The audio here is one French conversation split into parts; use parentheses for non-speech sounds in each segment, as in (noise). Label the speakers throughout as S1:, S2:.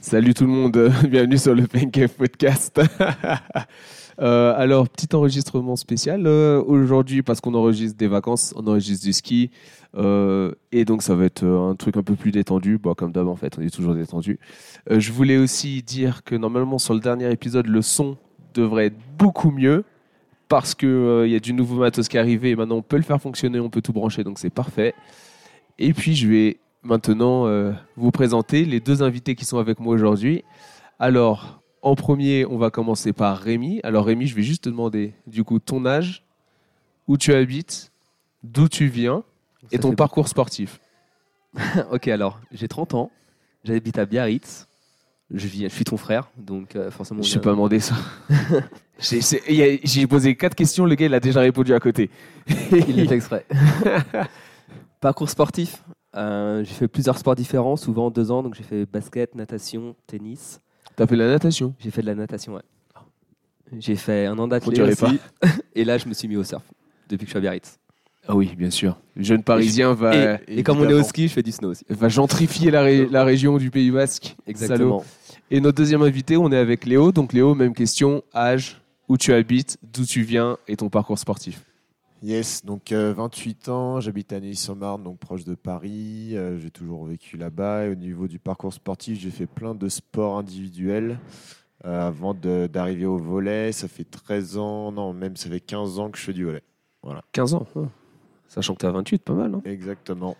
S1: Salut tout le monde, (laughs) bienvenue sur le Pancave Podcast. (laughs) Euh, alors, petit enregistrement spécial euh, aujourd'hui parce qu'on enregistre des vacances, on enregistre du ski euh, et donc ça va être euh, un truc un peu plus détendu. Bon, comme d'hab en fait, on est toujours détendu. Euh, je voulais aussi dire que normalement sur le dernier épisode, le son devrait être beaucoup mieux parce que euh, il y a du nouveau matos qui est arrivé et maintenant on peut le faire fonctionner, on peut tout brancher, donc c'est parfait. Et puis je vais maintenant euh, vous présenter les deux invités qui sont avec moi aujourd'hui. Alors, en premier, on va commencer par Rémi. Alors Rémi, je vais juste te demander du coup ton âge, où tu habites, d'où tu viens et
S2: Ça
S1: ton
S2: fait
S1: parcours sportif.
S2: ok, alors, j'ai 30 ans, j'habite à Biarritz, je, vis, je suis ton frère, donc euh, forcément. on
S1: je
S2: est-
S1: ne pas demandé ça. (laughs) J'ai- c'est- il y a- J'ai posé quatre questions, le gars il a déjà répondu à côté.
S2: Il l'a fait exprès. (laughs) Parcours sportif. euh, j'ai fait plusieurs sports différents, souvent en deux ans. Donc j'ai fait basket, natation, tennis.
S1: (laughs) T'as fait de la natation
S2: J'ai fait de la natation, ouais. J'ai fait un an
S1: On dirait
S2: d'athlétisme aussi. (laughs) Et là, je me suis mis au surf depuis que je suis à Biarritz.
S1: Ah oui, bien sûr. Le jeune parisien va,
S2: et, et comme on est au ski, je fais du snow aussi.
S1: va gentrifier la, ré- la région du Pays Basque. Salaud.
S2: Exactement.
S1: Et notre deuxième invité, on est avec Léo. Donc Léo, même question, âge, où tu habites, d'où tu viens et ton parcours sportif.
S3: Yes, donc euh, 28 ans, j'habite à Neuilly-sur-Marne, donc proche de Paris. Euh, j'ai toujours vécu là-bas. Et au niveau du parcours sportif, j'ai fait plein de sports individuels euh, avant de- d'arriver au volet. Ça fait 13 ans, non, même ça fait 15 ans que je fais du volet.
S1: 15 ans. hein. Sachant que t'as 28, pas mal. hein.
S3: Exactement.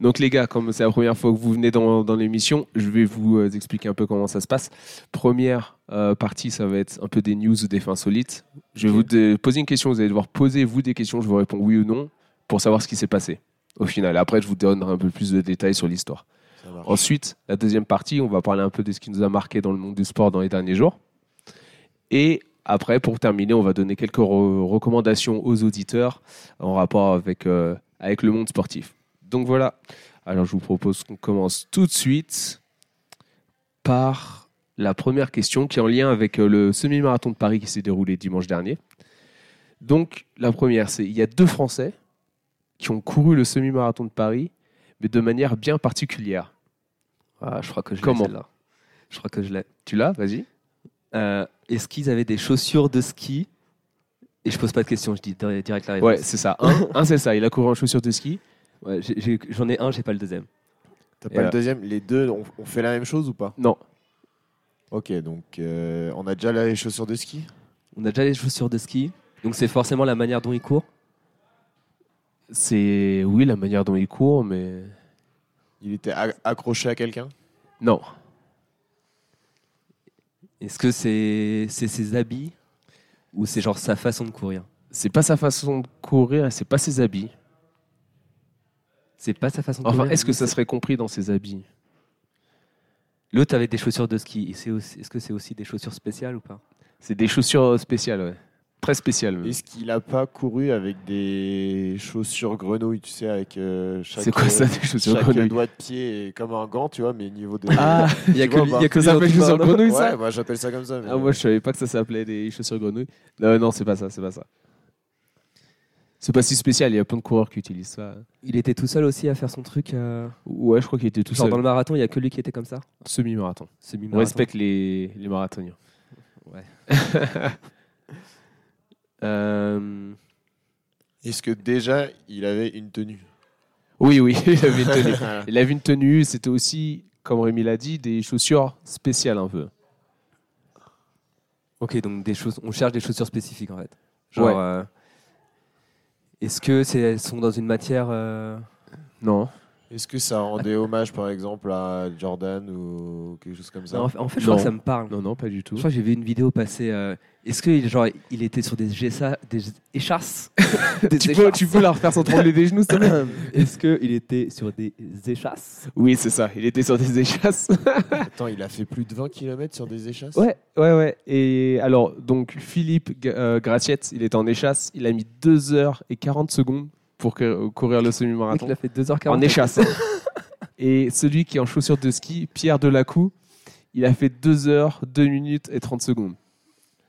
S1: Donc les gars, comme c'est la première fois que vous venez dans, dans l'émission, je vais vous euh, expliquer un peu comment ça se passe. Première euh, partie, ça va être un peu des news ou des fins solites. Je vais
S2: Ok.
S1: vous dé- poser une question, vous allez devoir poser vous des questions, je vous réponds oui ou non pour savoir ce qui s'est passé au final. Après, je vous donnerai un peu plus de détails sur l'histoire.
S3: Ça marche.
S1: Ensuite, la deuxième partie, on va parler un peu de ce qui nous a marqué dans le monde du sport dans les derniers jours. Et après, pour terminer, on va donner quelques re- recommandations aux auditeurs en rapport avec, euh, avec le monde sportif. Donc voilà. Alors, je vous propose qu'on commence tout de suite par la première question qui est en lien avec euh, le semi-marathon de Paris qui s'est déroulé dimanche dernier. Donc, la première, c'est il y a deux Français qui ont couru le semi-marathon de Paris, mais de manière bien particulière.
S2: Ah, je crois que je l'ai.
S1: Comment
S2: celle-là. Je crois que je l'ai.
S1: Tu l'as Vas-y.
S2: Euh, Est-ce qu'ils avaient des chaussures de ski Et je pose pas de questions, je dis direct la réponse.
S1: Ouais, c'est ça. Un, un, c'est ça. Il a couru en chaussures de ski.
S2: Ouais, j'ai- j'ai- J'en ai, un, j'ai pas le deuxième.
S3: T'as
S1: Et
S3: pas
S1: là-
S3: le deuxième Les deux, on, on fait la même chose ou pas
S1: Non.
S3: Ok, donc euh, on a déjà les chaussures de ski
S2: On a déjà les chaussures de ski, donc c'est forcément la manière dont il court.
S1: C'est oui la manière dont il court, mais
S3: Il était a- accroché à quelqu'un
S1: non.
S2: Est-ce que c'est c'est ses habits ou c'est genre sa façon de courir
S1: C'est pas sa façon de courir, c'est pas ses habits.
S2: C'est pas sa façon de
S1: Enfin,
S2: courir.
S1: est-ce que
S2: mais
S1: ça
S2: c'est-
S1: serait compris dans ses habits
S2: L'autre avait des chaussures de ski. et c'est aussi- Est-ce que c'est aussi des chaussures spéciales ou pas
S1: C'est des chaussures euh, spéciales, ouais. Très spéciales. même.
S3: Est-ce qu'il a pas couru avec des chaussures grenouilles, tu sais, avec euh, chaque.
S1: C'est quoi ça des chaussures
S3: chaque
S1: grenouilles
S3: doigt de pied est comme un gant, tu vois, mais niveau de. (laughs)
S1: Ah,
S2: Il y a
S3: Tu
S2: que
S3: vois,
S2: lui-
S3: bah,
S2: il y a que
S1: ça
S2: lui
S1: s'appelle
S2: en tout
S1: chaussures
S2: bas.
S1: grenouilles,
S3: ouais,
S1: ça
S3: moi j'appelle ça comme ça. mais-
S1: Ah, Moi, je savais pas que ça s'appelait des chaussures grenouilles. Non, non, c'est pas ça, c'est pas ça. C'est pas si spécial. Il y a plein de coureurs qui utilisent ça.
S2: Il était tout seul aussi à faire son truc. euh,
S1: Ouais, je crois qu'il était tout
S2: genre
S1: seul.
S2: dans le marathon, il y a que lui qui était comme ça.
S1: Semi-marathon. On
S2: Semi-marathon.
S1: respecte les, les marathoniens. (laughs)
S2: Ouais. Euh,
S3: Est-ce que déjà il avait une tenue
S1: Oui, oui, (laughs) il avait une tenue.
S3: Voilà.
S1: Il avait une tenue, c'était aussi, comme Rémi l'a dit, des chaussures spéciales un peu.
S2: Ok, donc des choses. On cherche des chaussures spécifiques en fait. Genre.
S1: Ouais.
S2: euh, Est-ce que c'est elles sont dans une matière euh,
S1: Non.
S3: Est-ce que ça rendait hommage par exemple à Jordan ou quelque chose comme ça
S2: Non, en fait- en fait, je
S1: Non.
S2: crois que ça me parle.
S1: Non, non, pas du tout.
S2: Je crois que j'ai vu une vidéo passer. euh, Est-ce que il- genre il était sur des GSA, des
S1: (laughs)
S2: écharses Des
S1: Tu peux,
S2: écharses.
S1: tu peux la refaire sans trembler des genoux, s'il te plaît (coughs)
S2: Est-ce que il était sur des échasses
S1: Oui, c'est ça. Il était sur des échasses.
S3: Attends, il a fait plus de 20 km sur des échasses
S1: ouais, ouais, ouais. Et alors, donc, Philippe G- euh, Gratiette, il était en échasse. Il a mis 2h40 secondes pour que- courir le
S2: Il
S1: semi-marathon.
S2: a fait 2h40.
S1: En échasse. hein. (laughs) et celui qui est en chaussures de ski, Pierre Delacou, il a fait 2 h 2 minutes et 30 secondes.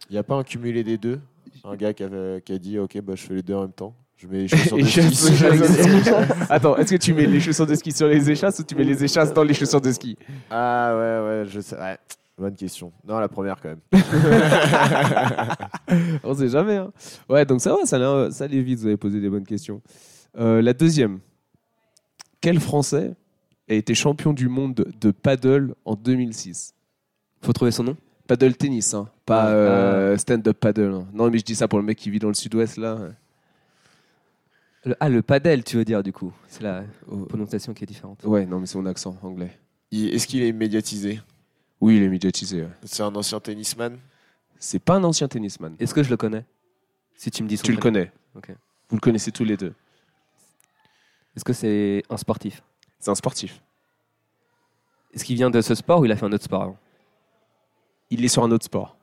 S3: Il n'y a pas un cumulé des deux Un gars qui, avait- qui a dit ok, bah, je fais les deux en même temps Je mets les chaussures de
S1: Échasse-
S3: ski.
S1: échasse de ski. (laughs) Attends, est-ce que tu mets les chaussures de ski sur les échasses ou tu mets les échasses dans les chaussures de ski
S3: (laughs) Ah ouais, ouais, je sais. ouais. Bonne question. Non, la première quand même.
S1: On sait jamais. hein. Ouais, donc ça va, ça, allait- ça allait vite, vous avez posé des bonnes questions. Euh, la deuxième. Quel Français a été champion du monde de paddle en 2006
S2: Faut trouver son nom.
S1: Paddle tennis, hein, pas
S2: Ouais,
S1: euh, stand-up paddle. hein. Non, mais je dis ça pour le mec qui vit dans le sud-ouest, là.
S2: Le- ah, le padel, tu veux dire, du coup. C'est la
S1: Oh,
S2: prononciation qui est différente.
S1: Ouais, non, mais c'est mon accent anglais.
S3: Il- Est-ce qu'il est médiatisé
S1: Oui, il est médiatisé. ouais.
S3: C'est un ancien tennisman
S1: C'est pas un ancien tennisman.
S2: Est-ce que je le connais Si tu me dis son
S1: Tu le
S2: prénom.
S1: connais.
S2: Ok.
S1: Vous le connaissez tous les deux.
S2: Est-ce que c'est un sportif
S1: C'est un sportif.
S2: Est-ce qu'il vient de ce sport ou il a fait un autre sport avant
S1: Il est sur un autre sport.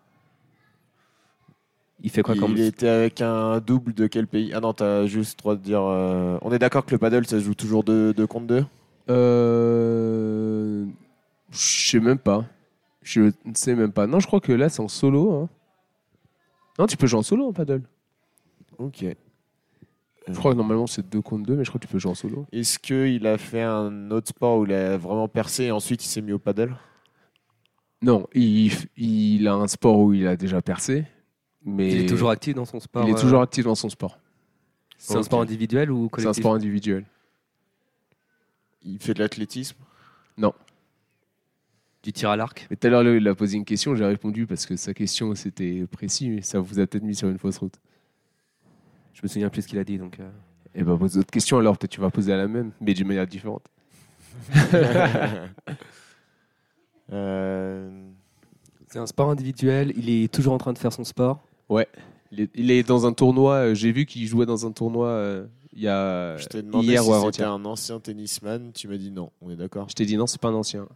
S2: Il fait quoi comme.
S3: Il était avec un double de quel pays Ah non, t'as juste le droit de dire. euh, On est d'accord que le paddle, ça se joue toujours 2 deux contre 2
S1: Euh... Je sais même pas. Je ne sais même pas. Non, je crois que là, c'est en solo. hein. Non, tu peux jouer en solo en paddle.
S3: Ok.
S1: Je crois que normalement, c'est 2 contre 2, mais je crois que tu peux jouer en solo.
S3: Est-ce qu'il a fait un autre sport où il a vraiment percé et ensuite il s'est mis au paddle
S1: Non, il, il a un sport où il a déjà percé, mais
S2: Il est toujours actif dans son sport
S1: il est
S2: euh,
S1: toujours actif dans son sport.
S2: C'est un
S1: Ok.
S2: sport individuel ou
S1: C'est un
S2: collectif
S1: sport individuel.
S3: Il fait de l'athlétisme
S2: Du tir à l'arc
S1: Mais tout à l'heure, là, il a posé une question, j'ai répondu parce que sa question, c'était précis, mais ça vous a peut-être mis sur une fausse route.
S2: Je me souviens plus ce qu'il a dit, donc. euh,
S1: Et ben, pose d'autres questions alors, peut-être tu vas poser à la même, mais d'une manière différente.
S3: Euh,
S2: C'est un sport individuel, il est toujours en train de faire son sport.
S1: Il est, il est dans un tournoi, euh, j'ai vu qu'il jouait dans un tournoi euh, il y a
S3: Je t'ai demandé
S1: hier
S3: si
S1: ou
S3: c'était
S1: avant-hier.
S3: un ancien tennisman, tu m'as dit non, on est d'accord
S1: Je t'ai dit non, c'est pas un ancien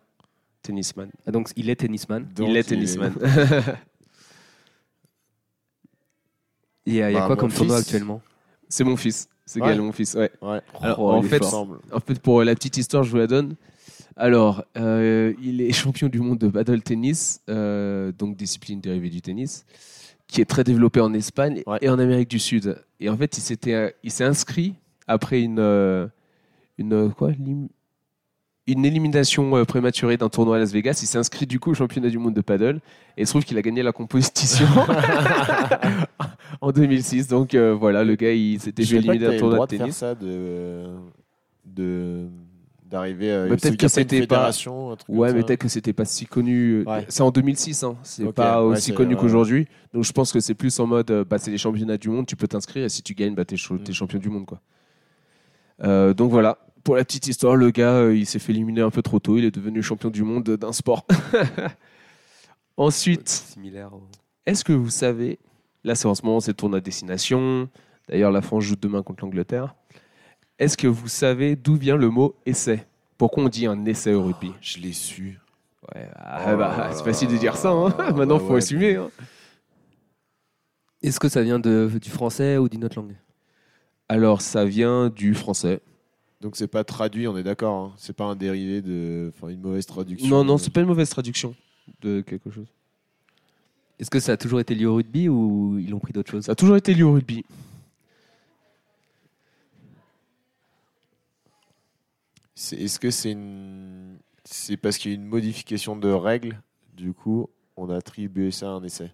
S1: tennisman.
S2: Ah, donc il est tennisman.
S3: Donc,
S1: il est tennisman.
S2: Il y a, euh, il y a
S3: Bah,
S2: quoi
S3: mon
S2: comme tournoi
S3: fils.
S2: actuellement
S1: c'est mon fils, c'est
S3: Ouais.
S1: Gaël, mon fils. Ouais.
S3: (laughs) Ouais.
S1: Alors,
S2: Oh,
S1: en
S2: il est
S1: fait,
S2: fort.
S3: Ensemble.
S1: En fait, pour la petite histoire, je vous la donne. Alors, euh, il est champion du monde de paddle tennis, euh, donc discipline dérivée du tennis, qui est très développée en Espagne
S3: Ouais.
S1: et en Amérique du Sud. Et en fait, il s'était, euh, il s'est inscrit après une, euh, une euh, quoi, lim- une élimination euh, prématurée d'un tournoi à Las Vegas. Il s'est inscrit du coup au championnat du monde de paddle et il se trouve qu'il a gagné la
S3: (laughs)
S1: compétition (laughs) en 2006. Donc euh, voilà, le gars, il s'était
S3: Je
S1: fait
S3: savais pas que
S1: éliminer d'un
S3: t'avais le
S1: tournoi
S3: droit
S1: de
S3: de faire
S1: tennis.
S3: ça de de- d'arriver à
S1: Mais
S3: parce
S1: peut-être
S3: qu'il y
S1: que
S3: a pas une
S1: c'était pas-
S3: fédération, un truc
S1: Ouais,
S3: comme
S1: mais
S3: ça.
S1: peut-être que c'était pas si connu. euh,
S3: Ouais.
S1: C'est en 2006, hein. c'est
S3: Ok,
S1: pas
S3: ouais,
S1: aussi
S3: c'est-
S1: connu
S3: ouais.
S1: qu'aujourd'hui. Donc je pense que c'est plus en mode, euh, bah, c'est les championnats du monde, tu peux t'inscrire et si tu gagnes, bah, t'es cha-
S3: Mm.
S1: t'es champion du monde. Quoi. Euh, donc voilà, pour la petite histoire, le gars, euh, il s'est fait éliminer un peu trop tôt, il est devenu champion du monde euh, d'un sport. (laughs) Ensuite,
S2: Euh, Similaire. au-
S1: est-ce que vous savez, là c'est en ce moment, c'est le tournoi à destination, d'ailleurs la France joue demain contre l'Angleterre, est-ce que vous savez d'où vient le mot essai Pourquoi on dit un essai au rugby
S3: Je l'ai su.
S1: Ouais,
S3: Oh
S1: bah,
S3: là
S1: c'est
S3: là
S1: facile de
S3: là
S1: dire
S3: là
S1: ça. hein.
S3: là là,
S1: Maintenant,
S3: bah
S1: faut
S3: ouais.
S1: assumer. hein.
S2: Est-ce que ça vient de, du français ou d'une autre langue
S1: Alors, ça vient du français.
S3: Donc c'est pas traduit, on est d'accord. hein. C'est pas un dérivé de, enfin une mauvaise traduction.
S1: Non, non, c'est pas une mauvaise traduction de quelque chose.
S2: Est-ce que ça a toujours été lié au rugby ou ils l'ont pris d'autres choses
S1: Ça a toujours été lié au rugby.
S3: C'est- Est-ce que c'est une, c'est parce qu'il y a eu une modification de règles, du coup, on a attribué ça à un essai.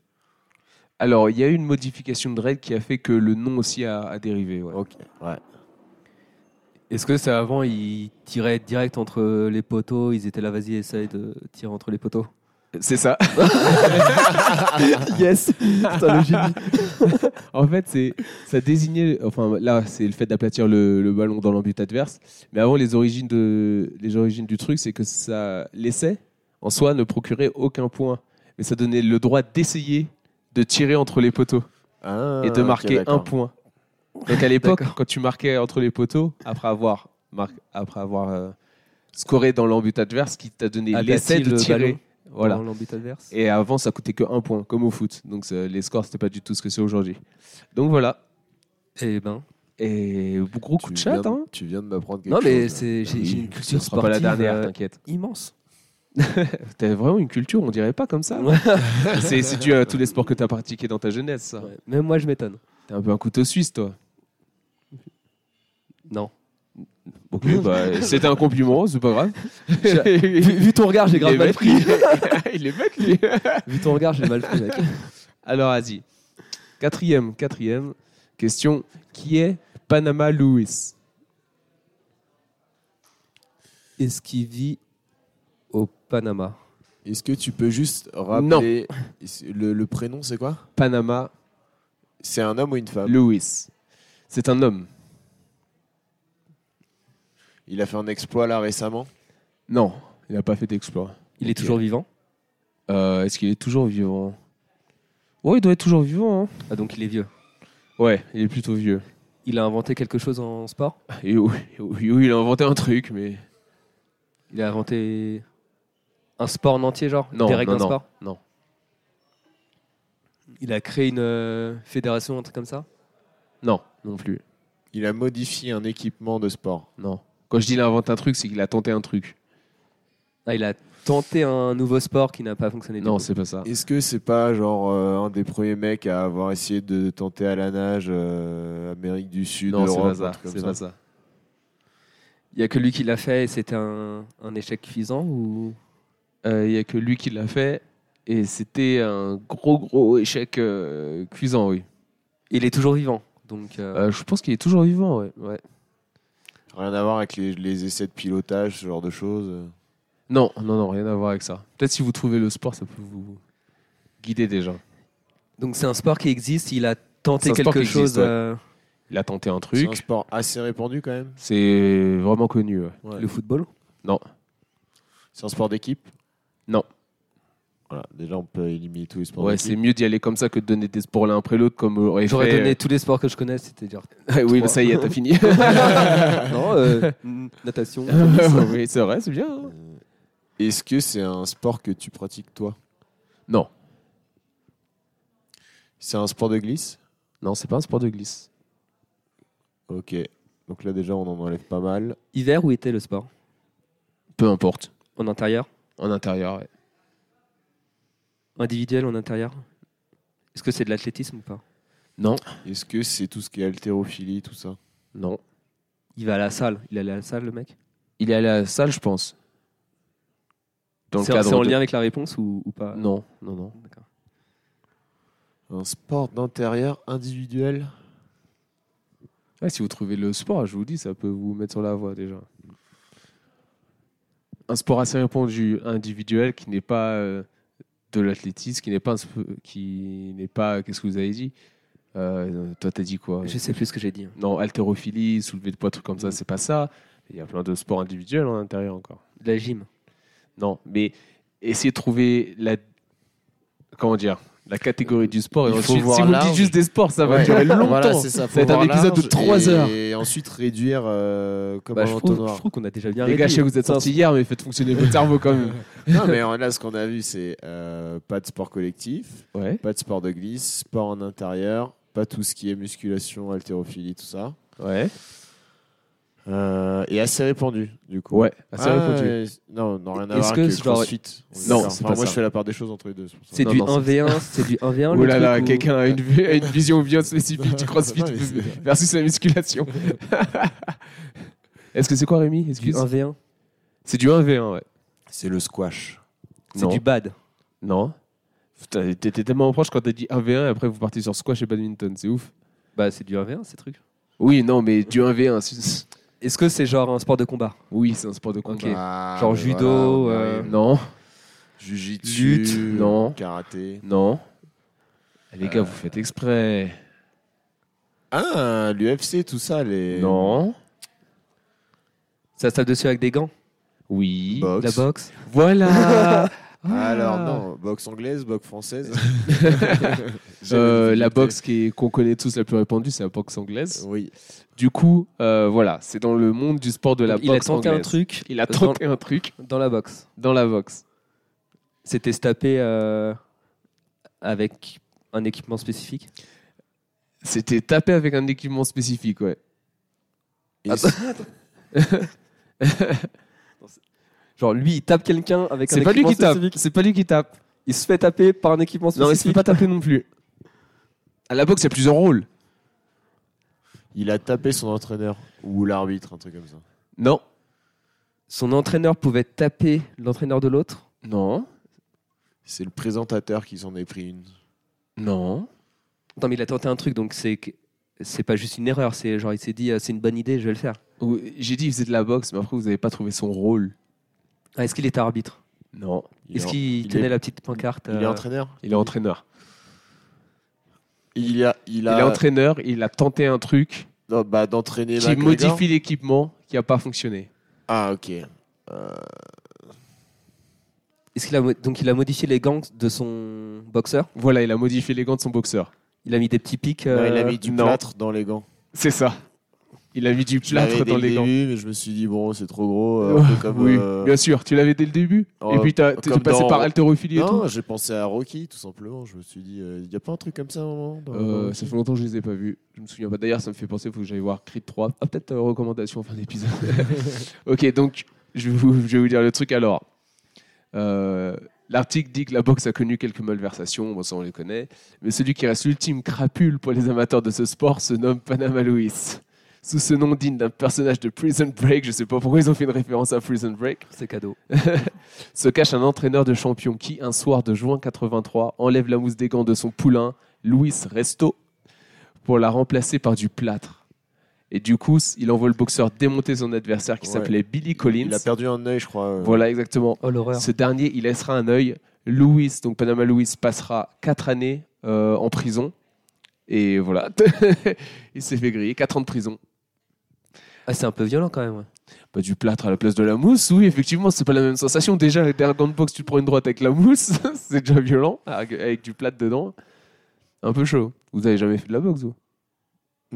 S1: Alors, il y a eu une modification de règle qui a fait que le nom aussi a, a dérivé. ouais.
S3: Ok. Ouais.
S2: Est-ce que ça avant ils tiraient direct entre les poteaux Ils étaient là, vas-y, essaye de tirer entre les (laughs) poteaux.
S1: C'est (laughs) ça. (laughs)
S2: yes Putain, (laughs) le génie.
S1: en fait, c'est ça désignait. Enfin, là, c'est le fait d'aplatir le, le ballon dans l'embut adverse. Mais avant, les origines de les origines du truc, c'est que ça l'essai en soi ne procurait aucun point, mais ça donnait le droit d'essayer de tirer entre les poteaux.
S3: Ah,
S1: et de
S3: ok,
S1: marquer un
S3: d'accord.
S1: point. Donc à l'époque,
S2: D'accord.
S1: quand tu marquais entre les poteaux, après avoir, mar- après avoir euh, scoré dans l'embut adverse, qui t'a donné
S2: Ah,
S1: l'essai
S2: t'as tiré
S1: de
S2: le
S1: tirer.
S2: ballon.
S1: Voilà.
S2: Dans l'embut adverse.
S1: Et avant, ça coûtait que un point, comme au foot. Donc ça- les scores, c'était pas du tout ce que c'est aujourd'hui. Donc voilà.
S2: Eh ben.
S1: Et gros coup de
S3: Tu
S1: chat.
S3: viens
S1: Hein.
S3: Tu viens de m'apprendre quelque
S2: Non, mais
S3: chose. là.
S2: c'est- j'ai
S3: Oui,
S2: j'ai une culture
S1: Ce sera pas la
S2: sportive
S1: dernière,
S2: euh,
S1: t'inquiète.
S2: immense.
S1: T'as vraiment une culture, on dirait pas comme ça.
S2: Ouais.
S1: (laughs) c'est c'est dû à tous les sports que t'as pratiqués dans ta jeunesse. ça.
S2: Ouais. Même moi, je m'étonne.
S1: T'es un peu un couteau suisse, toi.
S2: Non.
S1: Ok, bah, c'était un compliment, c'est pas grave. (laughs)
S2: Vu, vu ton regard, j'ai
S1: Il
S2: grave
S1: est
S2: mal
S1: bête,
S2: pris. (laughs)
S1: lui. Il est bête, lui.
S2: Vu ton regard, j'ai mal pris, mec.
S1: Alors, vas-y. Quatrième, quatrième question. Qui est Panama Lewis
S2: Est-ce qu'il vit au Panama
S3: Est-ce que tu peux juste rappeler le, le prénom, c'est quoi
S1: Panama
S3: C'est un homme ou une femme
S1: Lewis. C'est un homme.
S3: Il a fait un exploit là récemment.
S1: Non, il n'a pas fait d'exploit.
S2: Il est
S1: Ok.
S2: toujours vivant
S1: Euh, Est-ce qu'il est toujours vivant Ouais, il doit être toujours vivant. hein.
S2: Ah, donc il est vieux.
S1: Ouais, il est plutôt vieux. (laughs)
S2: Il a inventé quelque chose en sport
S1: Et oui, oui, oui, il a inventé un truc, mais
S2: Il a inventé un sport en entier, genre
S1: Non,
S2: Des règles
S1: non,
S2: d'un sport
S1: non.
S2: Il a créé une euh, fédération, un truc comme ça
S1: non, non plus.
S3: Il a modifié un équipement de sport.
S1: Non. Quand je dis il invente un truc, c'est qu'il a tenté un truc.
S2: Ah, il a tenté un nouveau sport qui n'a pas fonctionné. du
S1: Non,
S2: coup.
S1: c'est pas ça.
S3: Est-ce que c'est pas genre euh, un des premiers mecs à avoir essayé de tenter à la nage euh, Amérique du Sud,
S1: Non, c'est
S3: Europe,
S1: pas
S3: un
S1: ça.
S3: truc comme
S1: C'est pas ça.
S2: Il n'y a que lui qui l'a fait et c'était un, un échec cuisant ou...
S1: Euh, Il n'y a que lui qui l'a fait. Et c'était un gros, gros échec euh, cuisant, oui.
S2: Il est toujours vivant. Donc, euh,
S1: Euh, je pense qu'il est toujours vivant, ouais. ouais.
S3: Rien à voir avec les, les essais de pilotage, ce genre de choses.
S1: Non, non, non, rien à voir avec ça. Peut-être si vous trouvez le sport, ça peut vous guider déjà.
S2: donc c'est un sport qui existe. Il a
S1: C'est
S2: tenté
S1: un sport
S2: quelque
S1: qui existe,
S2: chose.
S1: ouais.
S2: euh,
S1: Il a tenté un
S3: C'est un
S1: truc.
S3: sport assez répandu quand même.
S1: C'est vraiment connu. ouais.
S3: Ouais.
S2: Le football
S3: C'est un sport d'équipe
S1: Non.
S3: Voilà, déjà on peut éliminer tous les sports
S1: Ouais, c'est
S3: d'équipe.
S1: mieux d'y aller comme ça que de donner des sports l'un après l'autre comme aurait
S2: J'aurais
S1: fait- euh,
S2: donné tous les sports que je
S1: (laughs)
S2: connais, c'est-à-dire.
S1: Ah oui,
S2: trois.
S1: ça y est, t'as (laughs) fini.
S2: non, euh, natation.
S1: oui, c'est vrai, c'est bien. hein.
S3: Euh, Est-ce que c'est un sport que tu pratiques toi
S1: Non,
S3: C'est un sport de glisse
S1: non, c'est pas un sport de glisse.
S3: Ok. Donc là déjà on en enlève pas mal.
S2: Hiver, où était le sport
S1: Peu importe.
S2: En intérieur
S1: En intérieur, ouais.
S2: Individuel, en intérieur Est-ce que c'est de l'athlétisme ou pas
S1: Non,
S3: Est-ce que c'est tout ce qui est haltérophilie, tout ça
S1: non.
S2: Il va à la salle. Il allait à la salle, le mec
S1: Il est allé à la salle, je pense. Dans le
S2: C'est c'est
S1: cadre
S2: en
S1: de-
S2: lien avec la réponse ou, ou pas
S1: Non, non, non.
S2: D'accord.
S3: Un sport d'intérieur individuel
S1: Ouais, si vous trouvez le sport, je vous dis, ça peut vous mettre sur la voie déjà. Un sport assez répandu, individuel, qui n'est pas euh, de l'athlétisme, qui n'est pas, un sp- qui n'est pas, qu'est-ce que vous avez dit Euh, Toi, t'as dit quoi
S2: Je sais plus ce que j'ai dit. hein.
S1: Non, haltérophilie, soulever de poids, trucs comme ça, c'est pas ça. Il y a plein de sports individuels en intérieur encore.
S2: De la gym.
S1: Non, mais essayez de trouver la, comment dire, la catégorie du sport. Et
S3: Il faut
S1: ensuite,
S3: voir
S1: si vous me dites
S3: large.
S1: juste des sports, ça va
S3: Ouais. (laughs)
S1: durer longtemps.
S3: Voilà, c'est ça. faut
S1: Ça va être
S3: voir
S1: un épisode de
S3: large
S1: trois
S3: et-
S1: heures.
S3: Et ensuite réduire euh, comme
S2: Bah,
S3: un
S2: je, trouve,
S3: entonnoir.
S2: je trouve qu'on a déjà bien
S1: Les gars, je sais
S2: réglé.
S1: que vous êtes sortis hier, mais faites fonctionner votre cerveau quand même.
S3: Non, mais euh, là, ce qu'on a vu, c'est euh, pas de sport collectif,
S1: Ouais.
S3: pas de sport de glisse, sport en intérieur, pas tout ce qui est musculation, haltérophilie, tout ça.
S1: Ouais.
S3: Euh, et assez répandu, du coup.
S1: Ouais, assez
S3: Ah,
S1: répandu.
S3: ouais, non, non, rien à
S2: Est-ce
S3: voir
S2: que
S3: avec
S2: ce genre-
S3: CrossFit. On
S1: Non,
S3: est d'accord.
S1: c'est
S3: Enfin,
S1: pas ça.
S3: Moi, je fais la part des choses entre les deux. c'est pour ça.
S2: C'est
S1: Non,
S2: du
S1: non, c'est-
S2: 1v1, c'est du 1v1
S1: Oh
S2: le
S1: là
S2: truc
S1: là,
S2: où-
S1: quelqu'un a une, vu- a une vision bien spécifique du crossfit
S3: Non, mais c'est-
S1: versus la musculation. Est-ce que c'est quoi, Rémi
S2: du
S1: Excuse.
S2: 1v1,
S1: C'est du 1v1, ouais.
S3: C'est le squash.
S2: c'est
S1: Non.
S2: du bad.
S1: Non. Putain, T'étais tellement proche quand t'as dit 1v1 et après vous partez sur squash et badminton, c'est ouf.
S2: Bah c'est du 1v1 ces trucs.
S1: Oui, non, mais du 1v1. c'est-
S2: Est-ce que c'est genre un sport de combat
S1: Oui, c'est un sport de combat.
S2: Ok.
S3: Ah,
S2: Genre
S3: mais
S2: judo,
S3: voilà,
S2: euh,
S3: ouais.
S1: Non,
S3: Jujitsu,
S1: lutte, non.
S3: karaté.
S1: non. Eh, Les gars, vous faites exprès.
S3: Ah, l'UFC, tout ça, les.
S1: Euh, Non.
S2: Ça se tape dessus avec des gants
S1: Oui.
S3: Boxe.
S2: La boxe
S1: (laughs) Voilà. Ah.
S3: Alors, non, boxe anglaise, boxe française. (laughs) J'avais
S1: Euh,
S3: des
S1: la
S3: difficultés.
S1: boxe qui est- qu'on connaît tous la plus répandue, c'est la boxe anglaise.
S3: Oui.
S1: Du coup, euh, voilà, c'est dans le monde du sport de la
S2: Donc, Il a
S1: boxe
S2: tenté un
S1: anglaise.
S2: truc
S1: Il a tenté un truc
S2: dans la boxe.
S1: dans la boxe.
S2: C'était se taper euh, avec un équipement spécifique.
S1: C'était taper avec un équipement spécifique, ouais.
S3: Et
S2: Attends. Genre lui il tape quelqu'un avec un
S1: C'est pas lui
S2: équipement
S1: qui tape.
S2: spécifique.
S1: C'est pas lui qui tape.
S2: Il se fait taper par un équipement
S1: Non, il se (laughs)
S2: spécifique.
S1: fait pas taper non plus. À la boxe, il y a plusieurs rôles.
S3: Il a tapé son entraîneur ou l'arbitre, un truc comme ça.
S1: Non.
S2: Son entraîneur pouvait taper l'entraîneur de l'autre.
S1: Non.
S3: C'est le présentateur qui s'en est pris une.
S1: Non.
S2: Attends, mais il a tenté un truc, donc c'est que- c'est pas juste une erreur. C'est genre il s'est dit euh, c'est une bonne idée, je vais le faire.
S1: Ou- J'ai dit il faisait de la boxe, mais après, vous n'avez pas trouvé son rôle.
S2: Ah, Est-ce qu'il était arbitre
S1: Non.
S3: Il
S2: Est-ce
S3: en-
S2: qu'il
S3: il
S2: tenait
S3: est-
S2: la petite pancarte
S3: Il est
S2: euh,
S3: entraîneur
S1: Il est entraîneur.
S3: Il a, il
S1: Il
S3: a
S1: est entraîneur, il a tenté un truc
S3: non, bah, d'entraîner
S1: qui
S3: McGregor.
S1: modifie Euh, l'équipement qui n'a pas fonctionné.
S3: Ah, ok.
S2: Est-ce qu'il a mo- donc il a modifié les gants de son boxeur
S1: Voilà, il a modifié les gants de son boxeur.
S2: Il a mis des petits pics.
S3: Non,
S2: euh,
S3: Bah, il a mis du
S1: non.
S3: plâtre dans les gants.
S1: C'est ça. Il a mis du
S3: Je l'avais
S1: plâtre
S3: dès
S1: dans
S3: le
S1: les gants.
S3: début, mais je me suis dit, bon, c'est trop gros. euh, un peu
S1: (laughs)
S3: comme,
S1: oui,
S3: euh,
S1: bien sûr, tu l'avais dès le début.
S3: euh,
S1: et puis t'as- t'es
S3: comme
S1: passé
S3: dans-
S1: par haltérophilie et tout.
S3: Non, j'ai pensé à Rocky, tout simplement. Je me suis dit, euh, il n'y a pas un truc comme ça à un moment dans- dans
S1: Euh,
S3: Rocky
S1: ça fait longtemps que je les ai pas vus. Je me souviens pas. D'ailleurs, ça me fait penser, il faut que j'aille voir Creed 3. Ah, peut-être euh, recommandation en fin d'épisode. ok, donc je vais, vous, je vais vous dire le truc alors. Euh, L'article dit que la boxe a connu quelques malversations, bon ça on les connaît, mais celui qui reste l'ultime crapule pour les amateurs de ce sport se nomme Panama Louis. Sous ce nom digne d'un personnage de Prison Break, je sais pas pourquoi ils ont fait une référence à Prison Break,
S2: C'est cadeau.
S1: se cache un entraîneur de champion qui, un soir de juin 83, enlève la mousse des gants de son poulain, Luis Resto, pour la remplacer par du plâtre. Et du coup, il envoie le boxeur démonter son adversaire qui
S3: Ouais.
S1: s'appelait Billy
S3: Il
S1: Collins.
S3: a perdu un œil, je crois. euh.
S1: Voilà, exactement.
S2: Oh l'horreur.
S1: Ce dernier, il laissera un œil. Louis, donc Panama Louis, passera 4 années euh, en prison. Et voilà, (laughs) il s'est fait griller 4 ans de prison.
S2: Ah, c'est un peu violent quand même. ouais.
S1: Bah, du plâtre à la place de la mousse, oui, effectivement, c'est pas la même sensation. Déjà, avec un gant de boxe, tu te prends une droite avec la mousse, (laughs) c'est déjà violent, avec, avec du plâtre dedans. Un peu chaud. Vous avez jamais fait de la boxe, vous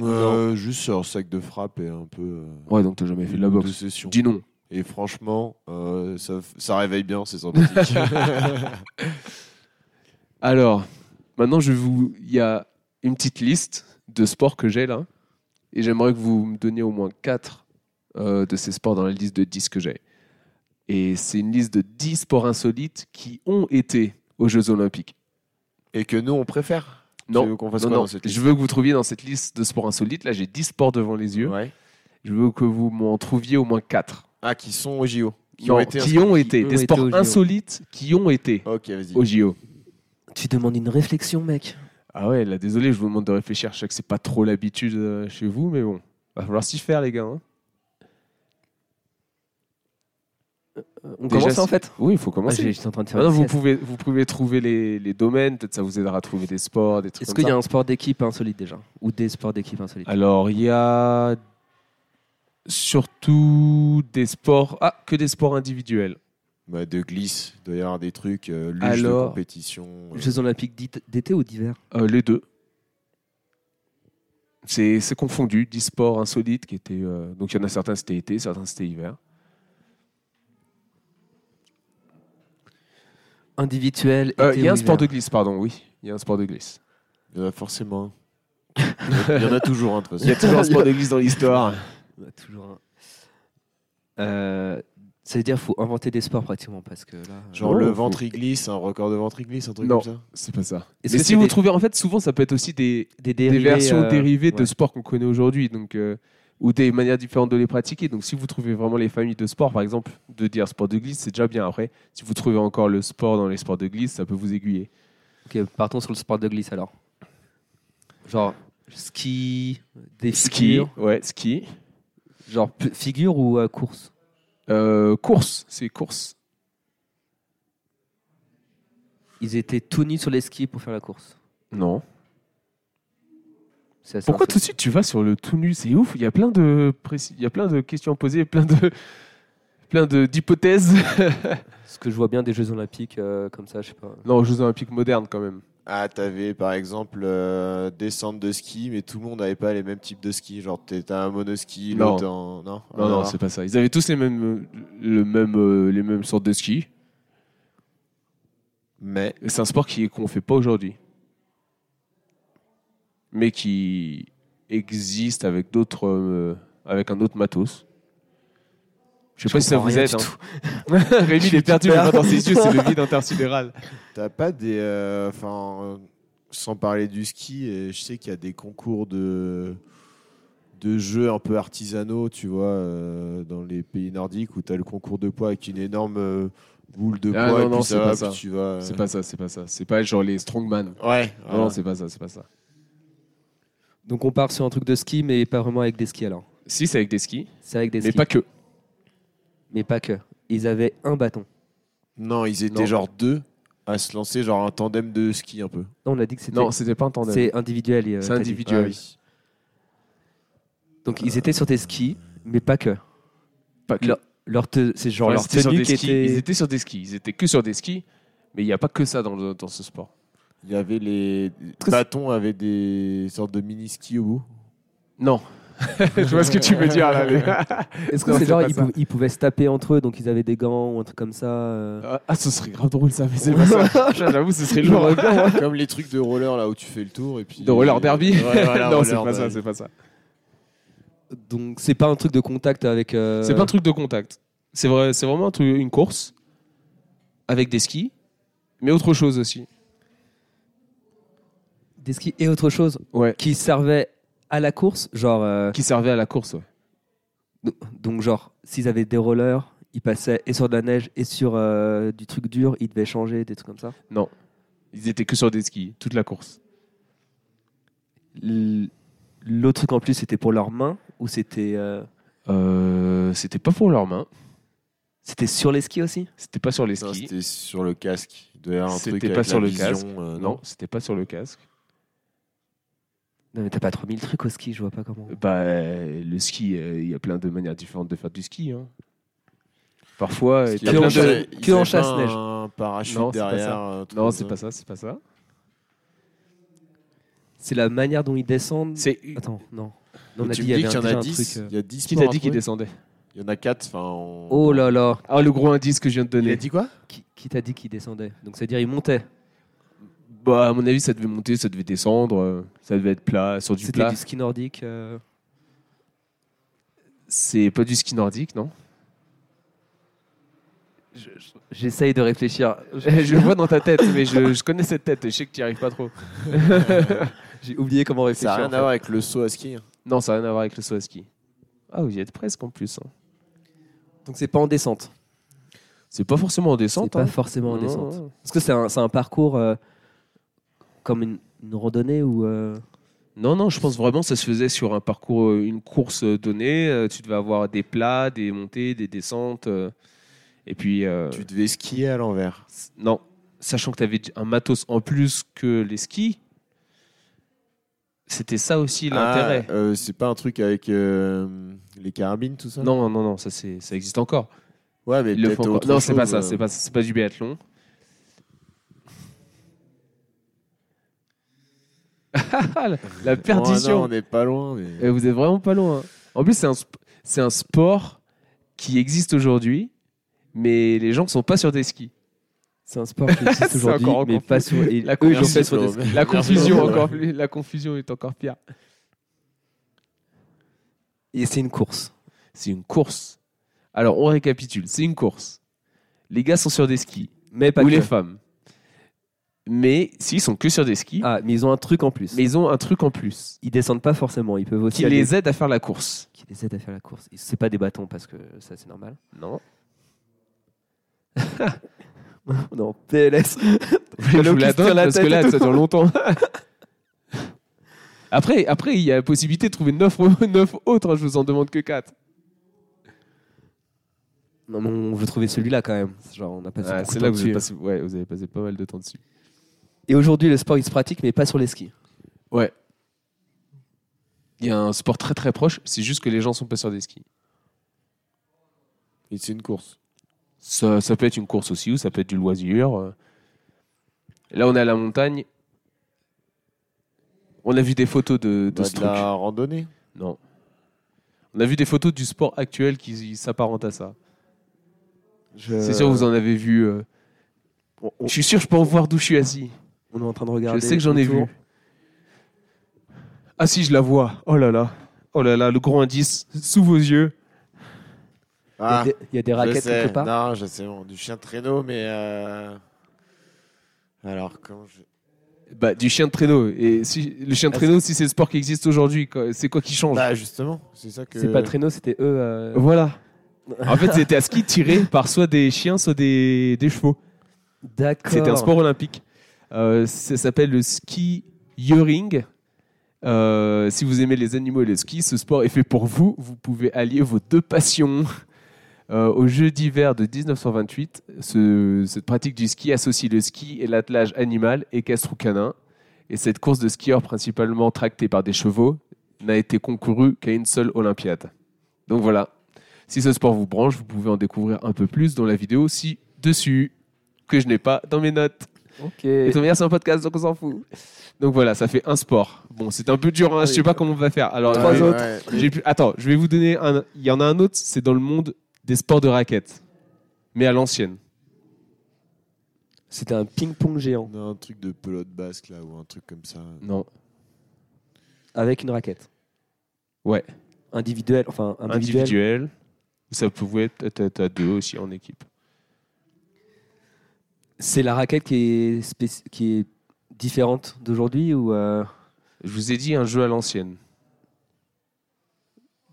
S3: Euh, juste sur un sac de frappe et un peu. euh,
S1: Ouais, donc t'as jamais fait de la
S3: de
S1: boxe.
S3: session.
S1: Dis non.
S3: Et franchement, euh, ça, f- ça réveille bien,
S1: (laughs)
S3: c'est sympathique.
S1: Alors, maintenant, je vous. Il y a une petite liste de sports que j'ai là, et j'aimerais que vous me donniez au moins 4 de ces sports dans la liste de 10 que j'ai. Et c'est une liste de 10 sports insolites qui ont été aux Jeux Olympiques.
S3: et que nous, on préfère. Tu
S1: Non,
S3: veux qu'on fasse
S1: Non,
S3: quoi
S1: non,
S3: dans cette
S1: je
S3: liste
S1: veux que vous trouviez dans cette liste de sports insolites. Là, j'ai 10 sports devant les yeux.
S3: Ouais.
S1: Je veux que vous m'en trouviez au moins 4.
S3: Ah, qui sont au JO. Qui
S1: Non,
S3: ont été.
S1: qui ont été.
S2: ont
S1: Des
S2: été
S1: sports
S2: aux JO.
S1: insolites qui ont été
S3: Ok, vas-y.
S1: au JO.
S2: Tu demandes une réflexion, mec.
S1: Ah ouais, là, désolé, je vous demande de réfléchir. Je sais que c'est pas trop l'habitude euh, chez vous, mais bon. Va falloir s'y faire, les gars. hein.
S2: Euh, On
S1: Déjà,
S2: commence
S1: c'est-
S2: en fait.
S1: Oui, il faut
S2: Ah,
S1: commencer.
S2: j'ai- J'étais en train de faire.
S1: Maintenant,
S2: une
S1: vous
S2: sieste.
S1: pouvez, vous pouvez trouver les, les domaines. Peut-être ça vous aidera à trouver des sports, des trucs
S2: Est-ce
S1: comme
S2: qu'il y
S1: ça.
S2: a un sport d'équipe insolite déjà Ou des sports d'équipe insolites
S1: Alors, il y a surtout des sports. Ah, que des sports individuels.
S3: Bah, de glisse, il doit y avoir des trucs, euh, luge
S1: Alors-
S3: de compétition.
S1: Ah,
S3: euh.
S2: Jeux olympiques d'it- d'été ou d'hiver
S1: Euh, les deux. C'est c'est confondu, d'e-sport insolite qui était. euh, donc il y en a certains c'était été, certains c'était hiver.
S2: Individuel.
S1: Euh,
S2: été
S1: Il y a
S2: ou
S1: un sport de
S2: hiver
S1: glisse, pardon, oui. Il y a un sport de glisse.
S3: Il y en a forcément un. Il y en
S1: (laughs)
S3: a toujours hein. un, de toute façon.
S1: de glisse dans l'histoire.
S2: Ouais, toujours un. Euh, ça veut dire qu'il faut inventer des sports pratiquement parce que là. euh,
S3: Genre
S1: Non,
S3: le
S1: Oh, faut-
S3: ventre il glisse, un record de ventre il glisse, un truc
S1: Non.
S3: comme ça.
S1: C'est pas ça. Mais
S2: Est-ce que
S1: si
S2: c'est
S1: vous
S2: des-
S1: trouvez, en fait, souvent ça peut être aussi des,
S2: des,
S1: des
S2: dérivés,
S1: versions
S2: euh,
S1: dérivées de
S2: ouais.
S1: sports qu'on connaît aujourd'hui, donc euh, ou des manières différentes de les pratiquer. Donc si vous trouvez vraiment les familles de sports, par exemple, de dire sport de glisse, c'est déjà bien. Après, si vous trouvez encore le sport dans les sports de glisse, ça peut vous aiguiller.
S2: Ok, partons sur le sport de glisse alors. Genre ski, des
S1: Ski,
S2: figures.
S1: ouais, ski.
S2: Genre p- figure ou euh, course
S1: Euh, course, c'est course.
S2: Ils étaient tout nus sur les skis pour faire la course.
S1: Non.
S2: C'est assez
S1: Pourquoi tout
S2: insolite.
S1: de suite tu vas sur le tout nu C'est ouf. Il y a plein de précis- il y a plein de questions posées, plein de plein de d'hypothèses.
S2: Parce que je vois bien des Jeux Olympiques euh, comme ça, je sais pas.
S1: (laughs) Non, aux Jeux Olympiques modernes quand même.
S3: Ah, t'avais par exemple euh, descente de ski, mais tout le monde n'avait pas les mêmes types de ski. Genre t'es- t'as un monoski,
S1: Non.
S3: l'autre un. Non,
S1: Non, non, c'est pas ça. Ils avaient tous les mêmes le même euh, les mêmes sortes de skis.
S3: Mais
S1: Et C'est un sport qui qu'on fait pas aujourd'hui, mais qui existe avec d'autres euh, avec un autre matos. Je sais pas si ça
S2: comprends
S1: vous
S2: rien
S1: aide.
S2: du
S1: hein. Rémi, il est perdu (laughs) je vois dans ses yeux, c'est le vide intersidéral.
S3: t'as pas des. euh, Enfin, euh, sans parler du ski, et je sais qu'il y a des concours de. de jeux un peu artisanaux, tu vois, euh, dans les pays nordiques où tu as le concours de poids avec une énorme euh, boule de
S1: Ah
S3: poids.
S1: non,
S3: et
S1: non,
S3: puis
S1: c'est
S3: ça,
S1: pas
S3: va,
S1: ça.
S3: puis tu vas. euh,
S1: C'est pas ça, c'est pas ça. C'est pas genre les strongman.
S3: Ouais,
S1: Non,
S3: voilà.
S1: non, c'est pas ça, c'est pas ça.
S2: Donc on part sur un truc de ski, mais pas vraiment avec des skis alors.
S1: Si, c'est avec des skis,
S2: C'est avec des
S1: mais
S2: skis.
S1: pas que.
S2: mais pas que. Ils avaient un bâton.
S3: non, ils étaient
S1: Non.
S3: genre deux à se lancer, genre un tandem de ski un peu.
S2: Non, on a dit que c'était
S1: Non, c'était pas un tandem.
S2: c'est individuel. euh,
S1: C'est
S2: t'as dit.
S1: individuel.
S3: Ah oui.
S2: Donc ils étaient sur des skis, mais pas que.
S1: Pas que.
S2: Leur, leur te- c'est genre
S1: Ouais,
S2: leur
S1: c'était sur
S2: tenue
S1: des
S2: qui
S1: skis.
S2: était.
S1: Ils étaient sur des skis. Ils étaient que sur des skis, mais il n'y a pas que ça dans, le- dans ce sport.
S3: Il y avait les
S2: que
S3: bâtons avec des sortes de mini skis au bout.
S1: (laughs) Non. Je vois ce que tu veux dire là. mais-
S2: Est-ce que
S1: Non,
S2: c'est
S1: c'est
S2: genre
S1: pas
S2: ils,
S1: ça.
S2: pou- ils pouvaient se taper entre eux, donc ils avaient des gants ou un truc comme ça. euh.
S1: ah, ah, ce serait grave drôle ça, mais c'est pas ça. (laughs) J'avoue, ce serait lourd.
S2: J'aurais bien, ouais.
S3: Comme les trucs de roller là où tu fais le tour et puis.
S1: De roller derby
S3: Ouais, voilà,
S1: (laughs) Non,
S3: roller
S1: c'est pas ça,
S3: derby.
S1: c'est pas ça.
S2: euh, (laughs) Donc c'est pas un truc de contact avec. euh,
S1: C'est pas un truc de contact. C'est vrai, c'est vraiment un truc- une course avec des skis, mais autre chose aussi.
S2: Des skis et autre chose
S1: Ouais.
S2: qui servait à la course, genre. euh,
S1: Qui servait à la course. ouais.
S2: Donc genre, s'ils avaient des rollers, ils passaient et sur de la neige et sur euh, du truc dur, ils devaient changer, des trucs comme ça.
S1: Ils étaient que sur des skis toute la course.
S2: L- L'autre truc en plus, c'était pour leurs mains ou c'était euh,
S1: Euh, c'était pas pour leurs mains.
S2: c'était sur les skis aussi
S1: C'était pas sur les
S3: Non,
S1: skis.
S3: C'était sur le casque. Il doit y avoir un
S1: C'était
S3: truc
S1: pas
S3: avec
S1: sur
S3: la
S1: le
S3: vision,
S1: casque.
S3: euh,
S1: non, c'était pas sur le casque.
S2: Non mais t'as pas trop mis le truc au ski, je vois pas comment.
S1: Bah, euh, le ski, euh, il y a plein de manières différentes de faire du ski. hein. Parfois, euh, t'as
S3: Parce
S2: que
S1: plein
S2: en
S1: de-
S2: chasse-
S3: ils
S2: que en
S3: avaient pas
S2: chasse-neige.
S3: Un parachute
S1: Non, c'est pas
S3: derrière. euh,
S1: ça.
S3: un truc
S1: Non,
S3: comme
S1: c'est
S3: ça.
S1: pas ça, c'est pas ça.
S2: C'est la manière dont ils descendent.
S1: C'est
S2: Attends, non. Non,
S3: Donc
S2: on a
S3: tu
S2: dit il y
S3: me dis
S2: avait
S3: qu'il y en
S2: un, déjà
S3: a
S2: un
S3: 10.
S2: truc. euh,
S3: Il y a 10
S1: qui t'a
S3: sports
S1: dit
S3: à
S1: qu'il
S3: trouver.
S1: descendait
S3: Il y en a 4. Enfin, on-
S2: Oh là là,
S1: Ah, le gros indice que je viens de
S3: Il a
S1: donner.
S3: dit quoi
S2: qui, qui t'a dit qu'ils descendaient Donc c'est-à-dire ils montaient.
S1: Bah, à mon avis, ça devait monter, ça devait descendre, euh, ça devait être plat, sur du
S2: C'était
S1: plat.
S2: du ski nordique. euh,
S1: C'est pas du ski nordique, non
S2: je- je- J'essaye de (laughs) réfléchir.
S1: (laughs) Je le vois dans ta tête, mais je, (laughs) je connais cette tête, je sais que tu n'y arrives pas trop.
S2: J'ai oublié comment
S3: Ça
S2: réfléchir. en
S3: n'a rien à
S2: fait.
S3: voir avec le saut à ski. hein.
S1: Non, ça n'a rien à voir avec le saut à ski. Ah, vous y êtes presque en plus. hein.
S2: Donc c'est pas en descente.
S1: C'est pas forcément en
S2: C'est
S1: descente.
S2: pas
S1: hein.
S2: forcément en
S1: Non,
S2: descente.
S1: non.
S2: Est-ce que c'est un, c'est un parcours euh, comme une, une randonnée ou euh,
S1: Non, non, je pense vraiment que ça se faisait sur un parcours, euh, une course euh, donnée. euh, Tu devais avoir des plats, des montées, des descentes. euh, Et puis, euh,
S3: Tu devais skier à l'envers.
S1: s- non, sachant que tu avais un matos en plus que les skis, c'était ça aussi l'intérêt.
S3: Ah, euh, c'est pas un truc avec euh, les carabines, tout ça
S1: Non, non, non, ça, c'est- ça existe encore.
S3: Ouais, mais
S1: Ils le
S3: peut-être
S1: font encore.
S3: autre
S1: Non, c'est pas
S3: chose,
S1: ça,
S3: euh.
S1: c'est pas, c'est pas du
S3: (laughs)
S1: biathlon. La
S3: Oh, non,
S1: perdition.
S3: on n'est pas loin. mais-
S1: Eh, vous êtes vraiment pas loin. En plus, c'est un, sp- c'est un sport qui existe aujourd'hui, mais les gens sont pas sur des skis.
S2: c'est un sport
S1: (laughs)
S2: qui existe
S1: C'est
S2: aujourd'hui
S1: encore
S2: mais
S1: encore
S2: pas sur et
S1: La
S2: eux, ils l'ont
S1: confusion.
S2: fait sur des skis.
S1: La confusion,
S3: Flo.
S1: encore plus, la confusion est encore pire.
S2: Et c'est une course.
S1: C'est une course. Alors, on récapitule. C'est une course. Les gars sont sur des skis,
S2: Mais pas
S1: ou
S2: que.
S1: les femmes. Mais s'ils sont que sur des skis,
S2: Ah, mais ils ont un truc en plus.
S1: mais ils ont un truc en plus
S2: ils descendent pas forcément, ils peuvent aussi
S1: qui
S2: aller-
S1: les aide à faire la course.
S2: qui les aident à faire la course. Et C'est pas des bâtons parce que ça c'est normal.
S1: Non.
S2: (laughs) On est en PLS.
S1: Je vous la
S2: qui se
S1: donne
S2: tient la
S1: parce que
S2: tête et
S1: là,
S2: tout.
S1: ça dure (laughs) longtemps. Après, après, il y a la possibilité de trouver (laughs) 9, autres. hein, je vous en demande que 4.
S2: Non, mais on veut trouver celui-là quand même. C'est Genre on a passé beaucoup
S1: Ah, c'est
S2: de
S1: là
S2: temps
S1: que vous avez,
S2: dessus.
S1: passé, ouais, vous avez passé pas mal de temps dessus.
S2: Et aujourd'hui le sport il se pratique mais pas sur les skis.
S1: Il y a un sport très très proche, c'est juste que les gens sont pas sur des skis.
S3: Et C'est une course.
S1: Ça, ça peut être une course aussi, ou ça peut être du loisir. euh. Là, on est à la montagne. On a vu des photos de, de
S3: Bah,
S1: ce
S3: de
S1: truc.
S3: la randonnée.
S1: Non. On a vu des photos du sport actuel qui s'apparente à ça.
S3: Je-
S1: C'est sûr, vous en avez vu. euh.
S3: On- on-
S1: Je suis sûr, je peux en voir d'où je suis assis.
S2: On est en train de regarder.
S1: Je sais que j'en ai vu.
S2: autour.
S1: Ah si, je la vois. Oh là là. Oh là là, le gros indice sous vos yeux.
S2: Il y a
S3: Ah,
S2: des- il y a des
S3: je
S2: raquettes
S3: sais.
S2: quelque part.
S3: Non, je sais, bon, du chien de traîneau, mais. euh, Alors, comment je.
S1: Bah, du chien de traîneau. Et si, le chien de
S2: Est-ce
S1: traîneau, si c'est le sport qui existe aujourd'hui, quoi, c'est quoi qui change
S3: Bah justement, c'est ça que.
S2: C'est pas traîneau, c'était eux. euh,
S1: Voilà. En fait, c'était à ski tiré par soit des chiens, soit des, des chevaux.
S2: D'accord.
S1: C'était un sport olympique. Euh, ça s'appelle le ski yoring. Euh, si vous aimez les animaux et le ski, ce sport est fait pour vous. Vous pouvez allier vos deux passions. Euh, au jeu d'hiver de 1928, ce- cette pratique du ski associe le ski et l'attelage animal, équestre ou canin. Et cette course de skieurs, principalement tractée par des chevaux, n'a été concourue qu'à une seule Olympiade. Donc voilà. Si ce sport vous branche, vous pouvez en découvrir un peu plus dans la vidéo ci-dessus que je n'ai pas dans mes notes.
S2: Ok.
S1: Et de toute manière, c'est un podcast, donc on s'en fout. Donc voilà, ça fait un sport. Bon, c'est un peu dur, hein, je sais pas comment on va faire. Alors,
S2: Trois
S1: euh,
S2: autres.
S1: j'ai pu- Attends, je vais vous donner un. Il y en a un autre, c'est dans le monde des sports de raquettes, mais à l'ancienne.
S2: C'était un ping-pong géant
S3: On a un truc de pelote basque là ou un truc comme ça.
S1: Non.
S2: avec une raquette.
S1: Ouais.
S2: Individuel, enfin individuel.
S1: Individuel. Ça pouvait être être- être à deux aussi en équipe.
S2: C'est la raquette qui est, spéci- qui est différente d'aujourd'hui ou euh,
S1: Je vous ai dit un jeu à l'ancienne.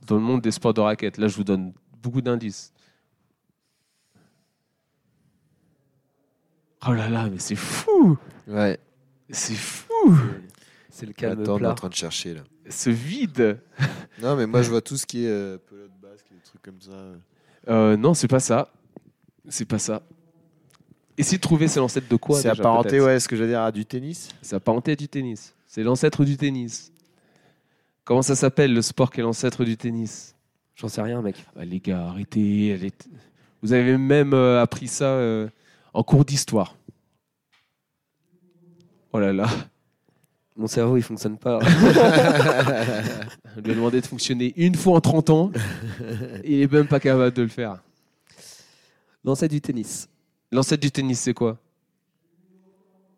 S1: Dans le monde des sports de raquettes. Là, je vous donne beaucoup d'indices. Oh là là, mais c'est fou!
S3: Ouais.
S1: C'est fou
S2: c'est le calme
S3: Attends, on est
S2: plat.
S3: en train de chercher là.
S1: Ce vide
S3: Non mais moi je vois tout ce qui est euh, pelote basque, les trucs comme ça.
S1: Euh, Non, c'est pas ça. C'est pas ça. Essayez de trouver, c'est l'ancêtre de quoi
S3: c'est
S1: déjà,
S3: apparenté,
S1: peut-être
S3: ouais, ce que j'allais dire à du tennis.
S1: C'est apparenté à du tennis. C'est l'ancêtre du tennis. Comment ça s'appelle le sport qui est l'ancêtre du tennis
S2: J'en sais rien, mec.
S1: Ah, Les gars, arrêtez. elle est- Vous avez même euh, appris ça euh, en cours d'histoire. Oh là (laughs) là.
S2: Mon cerveau, il fonctionne pas. (laughs)
S1: On lui a demandé de fonctionner une fois en 30
S3: (laughs)
S1: ans. Il est même pas capable de le faire.
S2: L'ancêtre du tennis.
S1: L'ancêtre du tennis, c'est quoi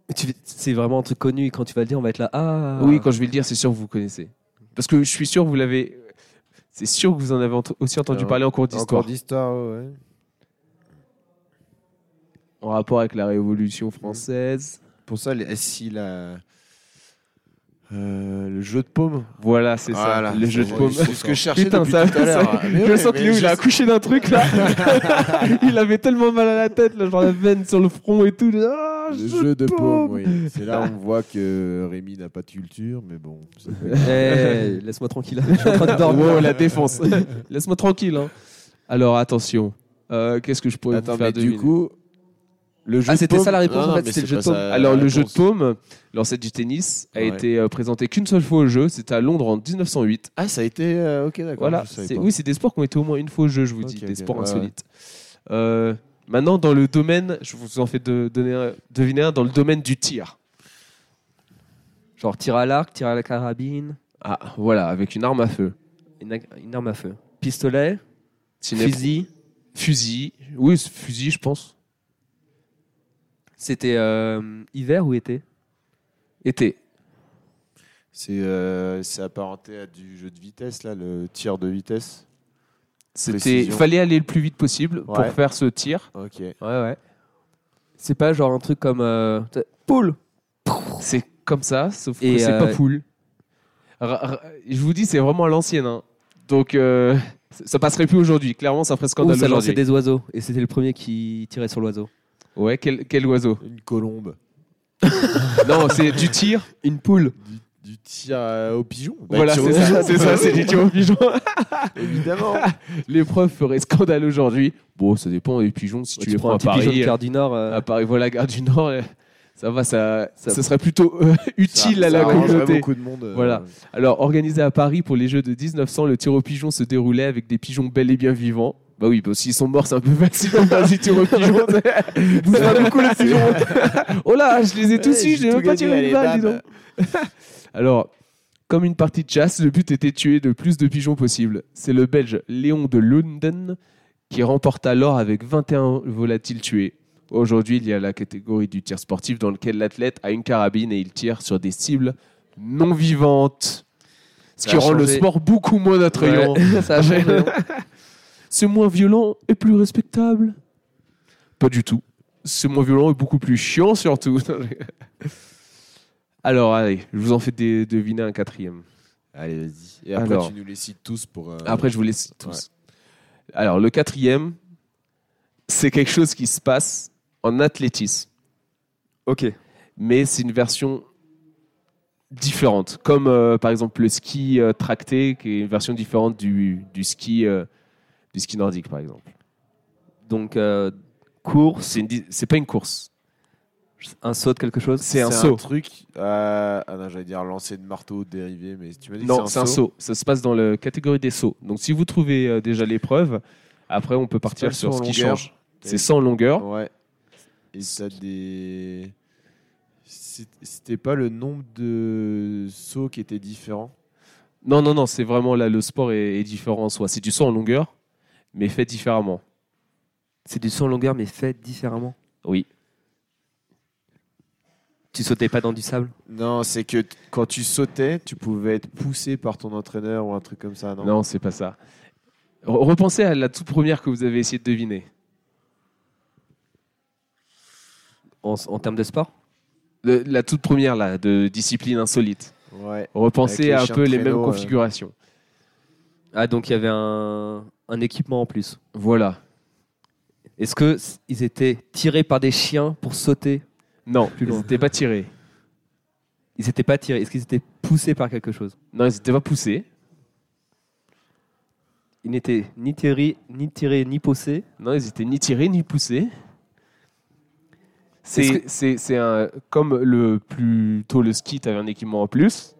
S2: Mais tu- C'est vraiment un truc connu. Quand tu vas le dire, on va être là. Ah.
S1: Oui, quand je vais le dire, c'est sûr que vous connaissez. Parce que je suis sûr que vous l'avez. C'est sûr que vous en avez ent- aussi entendu
S3: Alors,
S1: parler en cours d'histoire.
S3: Encore d'histoire, ouais.
S1: En rapport avec la Révolution française.
S3: Pour ça, les, si la, euh, le jeu de paume.
S1: Voilà, c'est
S3: Voilà,
S1: ça. Le jeu de
S3: c'est-
S1: paume.
S3: C'est ce que je cherchais
S1: Putain,
S3: depuis
S1: ça-
S3: tout à l'heure. Mais
S1: Je
S3: ouais,
S1: sens que
S3: mais
S1: Léo,
S3: je
S1: il a
S3: sais-
S1: accouché d'un truc
S3: (laughs)
S1: là. il avait tellement mal à la tête, là, genre la veine sur le front et tout. Ah,
S3: Le
S1: je-
S3: jeu de paume,
S1: paume.
S3: oui. C'est là où on voit que Rémi n'a pas de culture, mais bon.
S2: (laughs)
S3: c'est pas grave.
S2: Eh, Laisse-moi tranquille. Je suis en train de dormir.
S3: Oh,
S1: Wow, la défense. (laughs) Laisse-moi tranquille. hein. Alors, attention. Euh, Qu'est-ce que je pourrais
S3: Attends,
S1: vous faire
S3: mais du
S1: deviner
S3: coup, le jeu
S2: Ah,
S3: de
S2: c'était
S3: paume-
S2: ça la réponse,
S3: Non,
S2: en
S3: non,
S2: fait,
S3: mais
S2: c'était le
S3: c'est
S2: jeu
S3: pas
S2: de paume.
S3: ça la
S1: Alors, le
S3: réponse.
S1: jeu de paume, l'ancêtre du tennis, a
S3: Ouais.
S1: été euh, présenté qu'une seule fois au jeu. C'était à Londres en 1908.
S3: Ah, ça a été. euh, ok, d'accord.
S1: Voilà.
S3: je savais
S1: C'est-
S3: pas.
S1: Oui, c'est des sports qui ont été au moins une fois au jeu, je vous
S3: Ok,
S1: dis,
S3: ok,
S1: des sports
S3: ouais, ouais.
S1: insolites. Euh, maintenant, dans le domaine, je vous en fais de- donner un- deviner un, dans le domaine du tir.
S2: Genre tir à l'arc, tir à la carabine,
S1: Ah, voilà, avec une arme à feu.
S2: une, a- une arme à feu, pistolet,
S1: C'est une-
S2: fusil.
S1: Fusil. Oui, c'est fusil, je pense.
S2: C'était euh, hiver ou été
S1: Été.
S3: C'est euh, c'est apparenté à du jeu de vitesse, là, le tir de vitesse.
S1: C'était.
S3: Précision.
S1: Fallait aller le plus vite possible pour
S3: Ouais.
S1: faire ce tir.
S3: Ok.
S1: Ouais, ouais.
S2: C'est pas genre un truc comme euh, t'as- poule.
S1: C'est comme ça, sauf que
S2: Et,
S1: c'est pas
S2: euh,
S1: cool. Ra- ra- Je vous dis, c'est vraiment à l'ancienne. hein. Donc, euh, ça ça passerait plus aujourd'hui. Clairement, ça ferait
S2: Ou
S1: scandale
S2: ça lançait
S1: aujourd'hui.
S2: des oiseaux et c'était le premier qui tirait sur l'oiseau.
S1: Ouais, quel, quel oiseau
S3: Une colombe.
S1: (laughs) Non, c'est du tir.
S2: Une poule.
S3: Du, du tir euh, au pigeon. Bah,
S1: voilà,
S3: tir
S1: c'est
S3: au
S1: ça,
S3: pigeon.
S1: c'est
S3: (laughs)
S1: ça, c'est du tir au (laughs) pigeon.
S3: Évidemment.
S1: L'épreuve ferait scandale aujourd'hui. Bon, ça dépend des pigeons. Si tu, les prends à
S2: un petit pigeon
S1: Paris,
S2: de Gare du Nord. euh,
S1: à Paris, voilà, Gare du Nord, euh, ça va, ça,
S2: Ça-
S1: ce serait plutôt euh, utile à la
S3: Ça arrangerait
S1: communauté.
S3: beaucoup de monde. euh,
S1: Voilà. Alors, organisé à Paris pour les Jeux de 1900, le tir aux pigeons se déroulait avec des pigeons bel et bien vivants. Bah oui, parce s'ils sont morts, c'est un peu facile de faire du tir aux
S3: (laughs)
S1: pigeons. beaucoup les pigeons. (laughs) oh là, je les ai tous
S3: Ouais,
S1: su, j'ai même
S3: tout
S1: pas
S3: gagné,
S1: tiré
S3: allez,
S1: une balle,
S3: bam.
S1: dis donc. (laughs) Alors, comme une partie de chasse, le but était de tuer le plus de pigeons possible. C'est le Belge Léon de Lunden qui remporta l'or avec 21 volatiles tués. Aujourd'hui, il y a la catégorie du tir sportif dans lequel l'athlète a une carabine et il tire sur des cibles non vivantes. Ce
S2: Ça
S1: qui
S2: a
S1: rend le
S2: changé.
S1: sport beaucoup moins attrayant.
S2: ouais, (laughs) ça a changé,
S1: (laughs)
S2: non
S1: C'est moins violent et plus respectable. Pas du tout. C'est moins violent et beaucoup plus chiant surtout. (laughs) Alors, allez, je vous en fais des- deviner un quatrième.
S3: Allez, vas-y. Et après,
S1: Alors.
S3: tu nous les cites tous pour. euh,
S1: Après, je vous laisse tous. Alors, le quatrième, c'est quelque chose qui se passe en athlétisme,
S2: Ok.
S1: mais c'est une version différente. Comme euh, par exemple le ski euh, tracté, qui est une version différente du, du ski, euh, du ski nordique, par exemple.
S2: Donc, euh, course,
S1: C'est une di- c'est pas une course,
S2: un saut de quelque chose.
S1: c'est un saut.
S3: truc. euh, ah non, j'allais dire lancer de marteau, dérivé, mais tu m'as dit que
S1: Non, c'est un saut. Ça se passe dans la catégorie des sauts. Donc, si vous trouvez euh, déjà l'épreuve, après, on peut
S3: pas
S1: partir
S3: le
S1: sur
S3: saut
S1: ce
S3: en
S1: qui
S3: longueur.
S1: change. C'est sans longueur.
S3: Ouais. Et ça des. C'est- C'était pas le nombre de sauts qui étaient différents.
S1: Non, non, non, c'est vraiment là, le sport est, est différent en soi. C'est du saut en longueur, mais fait différemment.
S2: C'est du saut en longueur, mais fait différemment.
S1: Oui.
S2: Tu sautais pas dans du sable
S3: Non, c'est que t- quand tu sautais, tu pouvais être poussé par ton entraîneur ou un truc comme ça, non
S1: Non, c'est pas ça. Re- Repensez à la toute première que vous avez essayé de deviner.
S2: en, en termes de sport
S1: Le- la toute première, là, de discipline insolite.
S3: Ouais.
S1: Repensez
S3: Avec
S1: à
S3: les
S1: un
S3: chiens
S1: peu
S3: de
S1: les mêmes
S3: traîneau, euh.
S1: configurations.
S2: Ah, donc il y avait un, un équipement en plus.
S1: Voilà.
S2: Est-ce que s- ils étaient tirés par des chiens pour sauter
S1: Non,
S2: Plus
S1: ils
S2: loin.
S1: n'étaient pas tirés.
S2: Ils n'étaient pas tirés. Est-ce qu'ils étaient poussés par quelque chose
S1: Non, ils n'étaient pas poussés.
S2: Ils n'étaient ni tirés, ni tirés, ni poussés.
S1: Non, ils étaient ni tirés ni poussés.
S2: Est-ce
S1: C'est c'est- c'est un comme le plus tôt le ski, t'avais un équipement en plus.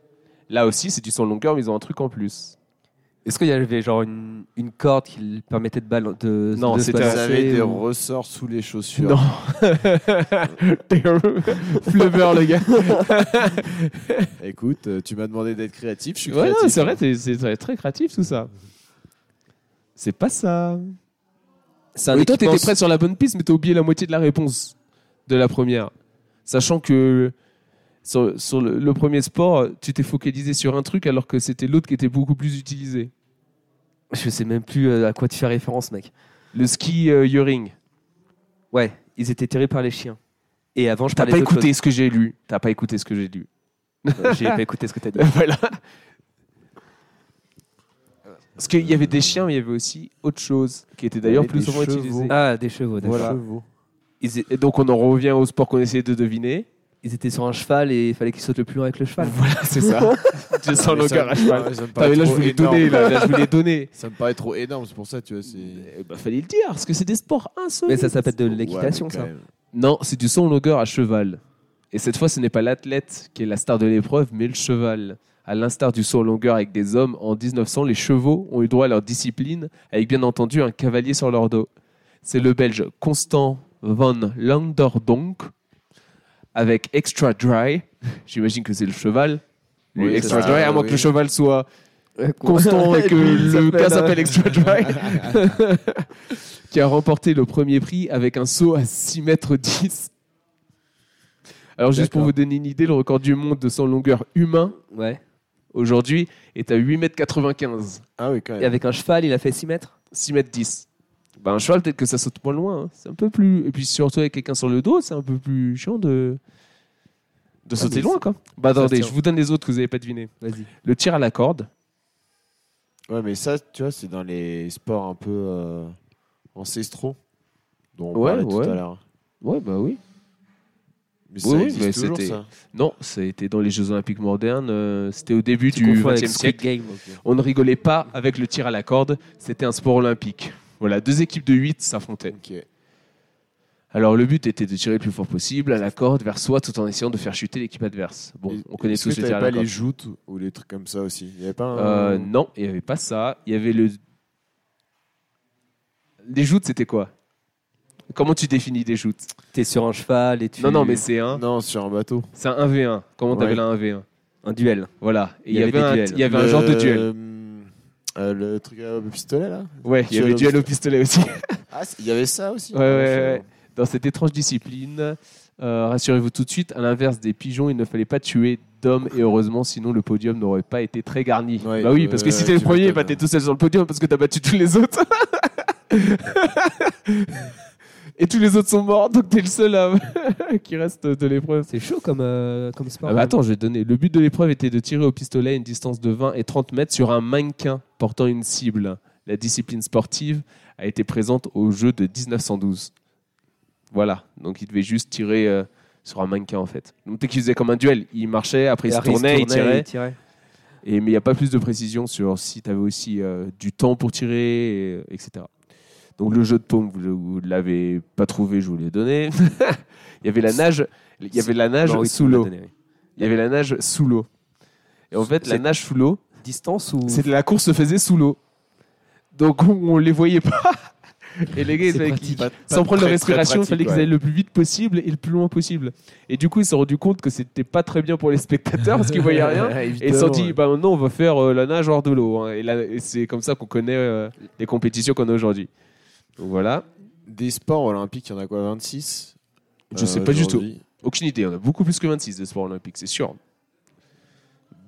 S1: Là aussi, c'est du son longueur, mais ils ont un truc en
S3: (laughs)
S1: plus. (laughs)
S2: Est-ce qu'il y avait genre une, une corde qui permettait de balan- de,
S1: Non,
S2: de se
S1: c'était-
S3: Ils
S1: Passer
S3: avaient des
S2: ou-
S3: ressorts sous les chaussures.
S1: Non,
S3: (laughs)
S1: flubber le gars.
S3: (laughs) Écoute, euh, tu m'as demandé d'être créatif, je suis
S1: Ouais, non,
S3: créatif.
S1: c'est vrai, t'es- c'est très, très créatif tout ça. C'est pas ça.
S2: C'est un
S1: Oui, toi,
S2: équipement-
S1: t'étais prêt sur la bonne piste, mais t'as oublié la moitié de la réponse de la première. Sachant que sur, sur le, le premier sport, tu t'es focalisé sur un truc alors que c'était l'autre qui était beaucoup plus utilisé.
S2: Je sais même plus euh, à quoi tu fais référence, mec.
S1: Le ski euh, Yoring.
S2: Ouais, ils étaient tirés par les chiens. Et avant, je
S1: T'as
S2: parlais
S1: pas
S2: d'autre
S1: écouté ce que j'ai lu. T'as pas écouté ce que j'ai lu.
S2: chose. Euh, J'ai pas écouté ce que t'as dit.
S1: (laughs) voilà. Parce qu'il y avait des chiens, mais il y avait aussi autre chose qui était (laughs) d'ailleurs
S3: Il y avait
S1: plus
S3: des
S1: souvent
S3: chevaux.
S1: utilisée.
S2: Ah, des chevaux, d'accord.
S3: Voilà.
S1: Ils é- et donc on en revient au sport qu'on essayait de deviner.
S2: Ils étaient sur un cheval et il fallait qu'ils sautent le plus loin avec le cheval.
S1: Voilà, c'est ça. J'ai sans longueur à cheval.
S3: Ça me
S1: Putain, Ah, mais
S3: paraît
S1: là, je
S3: trop
S1: voulais
S3: énorme.
S1: donner. Là, là, je voulais donner.
S3: Ça me paraît trop énorme, c'est pour ça, tu vois. c'est-
S1: (laughs) Eh ben, fallait le dire, parce que c'est des sports insolites.
S2: Mais ça s'appelle de
S3: Ouais,
S2: l'équitation,
S3: mais quand
S2: ça.
S3: même.
S1: Non, c'est du son longueur à cheval. Et cette fois, ce n'est pas l'athlète qui est la star de l'épreuve, mais le cheval. À l'instar du saut en longueur avec des hommes, en 1900, les chevaux ont eu droit à leur discipline, avec bien entendu un cavalier sur leur dos. C'est le Belge Constant van Landerdonk, avec Extra Dry. (laughs) J'imagine que c'est le cheval. Lui,
S3: Oui,
S1: extra
S3: c'est
S1: Dry,
S3: ça,
S1: à moins
S3: oui.
S1: que le cheval soit constant et que le cas s'appelle euh, (laughs) Extra Dry, qui a remporté le premier prix avec un saut à 6 mètres 10. Alors juste pour
S3: D'accord.
S1: vous donner une idée, le record du monde de son longueur humain
S2: Ouais.
S1: aujourd'hui est à 8 mètres 95,
S3: Ah oui, quand
S2: Et
S3: même.
S2: avec un cheval, il a fait 6 mètres
S1: 6 mètres 10. Ben, un cheval, peut-être que ça saute moins loin. hein. C'est un peu plus. Et puis surtout avec quelqu'un sur le dos, c'est un peu plus chiant de, de sauter
S2: mais
S1: loin.
S2: c'est-
S1: Quoi. Bah,
S2: ça se
S1: attendez,
S2: tient.
S1: je vous donne les autres que vous n'avez pas deviné.
S2: Vas-y.
S1: Le tir à la corde.
S3: Ouais, mais ça, tu vois, c'est dans les sports un peu euh, ancestraux dont on
S1: Ouais,
S3: parlait
S1: ouais.
S3: tout à l'heure.
S1: Ouais, bah oui.
S3: Mais
S1: Oui,
S3: ça
S1: oui,
S3: existe
S1: mais
S3: toujours,
S1: c'était-
S3: ça.
S1: Non, c'était dans les Jeux Olympiques modernes. euh, c'était au début
S2: Tu
S1: du
S2: confonds avec
S1: XXe
S2: Squid
S1: siècle.
S2: Game.
S1: On ne rigolait pas avec le tir à la corde. C'était un sport olympique. Voilà, deux équipes de 8 s'affrontaient.
S3: Ok.
S1: Alors le but était de tirer le plus fort possible à la corde vers soi tout en essayant de faire chuter l'équipe adverse. Bon,
S3: Et-
S1: on connaît
S3: est-ce
S1: tous
S3: que
S1: le tir à
S3: t'avais
S1: la
S3: pas les
S1: corde.
S3: joutes ou les trucs comme ça aussi. Il y avait pas un...
S1: Euh, non, il n'y avait pas ça. Il y avait le. Les joutes, c'était quoi Comment tu définis des joutes
S2: T'es sur un cheval et tu.
S1: Non, non, mais c'est un,
S3: Non, sur un bateau.
S1: c'est un 1v1. Comment
S3: Ouais.
S1: t'appelles un 1v1
S2: Un duel.
S1: Voilà. Et
S2: Il y avait des
S1: un-
S2: duels. Euh,
S1: il y avait un
S3: Le-
S1: genre de duel.
S3: euh, le truc à pistolet, là
S1: Ouais, il y
S3: Duel
S1: avait
S3: au
S1: duel au
S3: pistolet.
S1: pistolet aussi.
S3: Ah, c'est- il y avait ça aussi
S1: Ouais, ouais, ouais. Dans cette étrange discipline, euh, rassurez-vous tout de suite, à l'inverse des pigeons, il ne fallait pas tuer d'hommes et heureusement, sinon le podium n'aurait pas été très garni.
S3: Ouais,
S1: bah oui, parce que
S3: euh,
S1: si t'es le
S3: tu
S1: premier,
S3: m'étonnes. (laughs)
S1: bah t'es tout seul sur le podium parce que t'as battu tous les autres. et tous les autres sont morts, donc t'es le seul à- (laughs) qui reste de l'épreuve.
S2: C'est chaud comme, euh, comme sport.
S1: Ah bah attends, je vais te donner. Le but de l'épreuve était de tirer au pistolet à une distance de 20 et 30 mètres sur un mannequin portant une cible. La discipline sportive a été présente au jeu de 1912. Voilà, donc il devait juste tirer euh, sur un mannequin en fait. Donc dès qu'il faisait comme un duel, il marchait, après il se tournait, il tirait. Et, mais il n'y a pas plus de précision sur si tu avais aussi euh, du temps pour tirer, euh, et- etc. Donc le jeu de paume, vous le- vous ne l'avez pas trouvé, je vous l'ai donné. (laughs) il y avait la nage, il y avait la nage sous l'eau. Il y avait la nage sous l'eau. Et en fait, la
S2: C'est-
S1: nage sous l'eau,
S2: Distance ou.
S1: c'est la course se faisait sous l'eau. Donc on, on les voyait pas. Et les gars, ils
S2: C'est
S1: avaient-
S2: pratique.
S1: ils- sans prendre leur
S3: très, très
S1: respiration, il
S3: pratique,
S1: fallait qu'ils
S3: ouais.
S1: aillent le plus vite possible et le plus loin possible. Et du coup, ils se sont rendus compte que c'était pas très bien pour les spectateurs parce qu'ils voyaient
S2: (laughs)
S1: rien. Et ils se sont dit, bah non, on va faire euh, la nage hors de l'eau. hein. Et, là, et c'est comme ça qu'on connaît euh, les compétitions qu'on a aujourd'hui. Donc voilà.
S3: Des sports olympiques, il y en a quoi 26
S1: Je sais
S3: euh,
S1: pas du tout.
S3: aujourd'hui
S1: Aucune idée. On a beaucoup plus que 26 de sports olympiques, c'est sûr.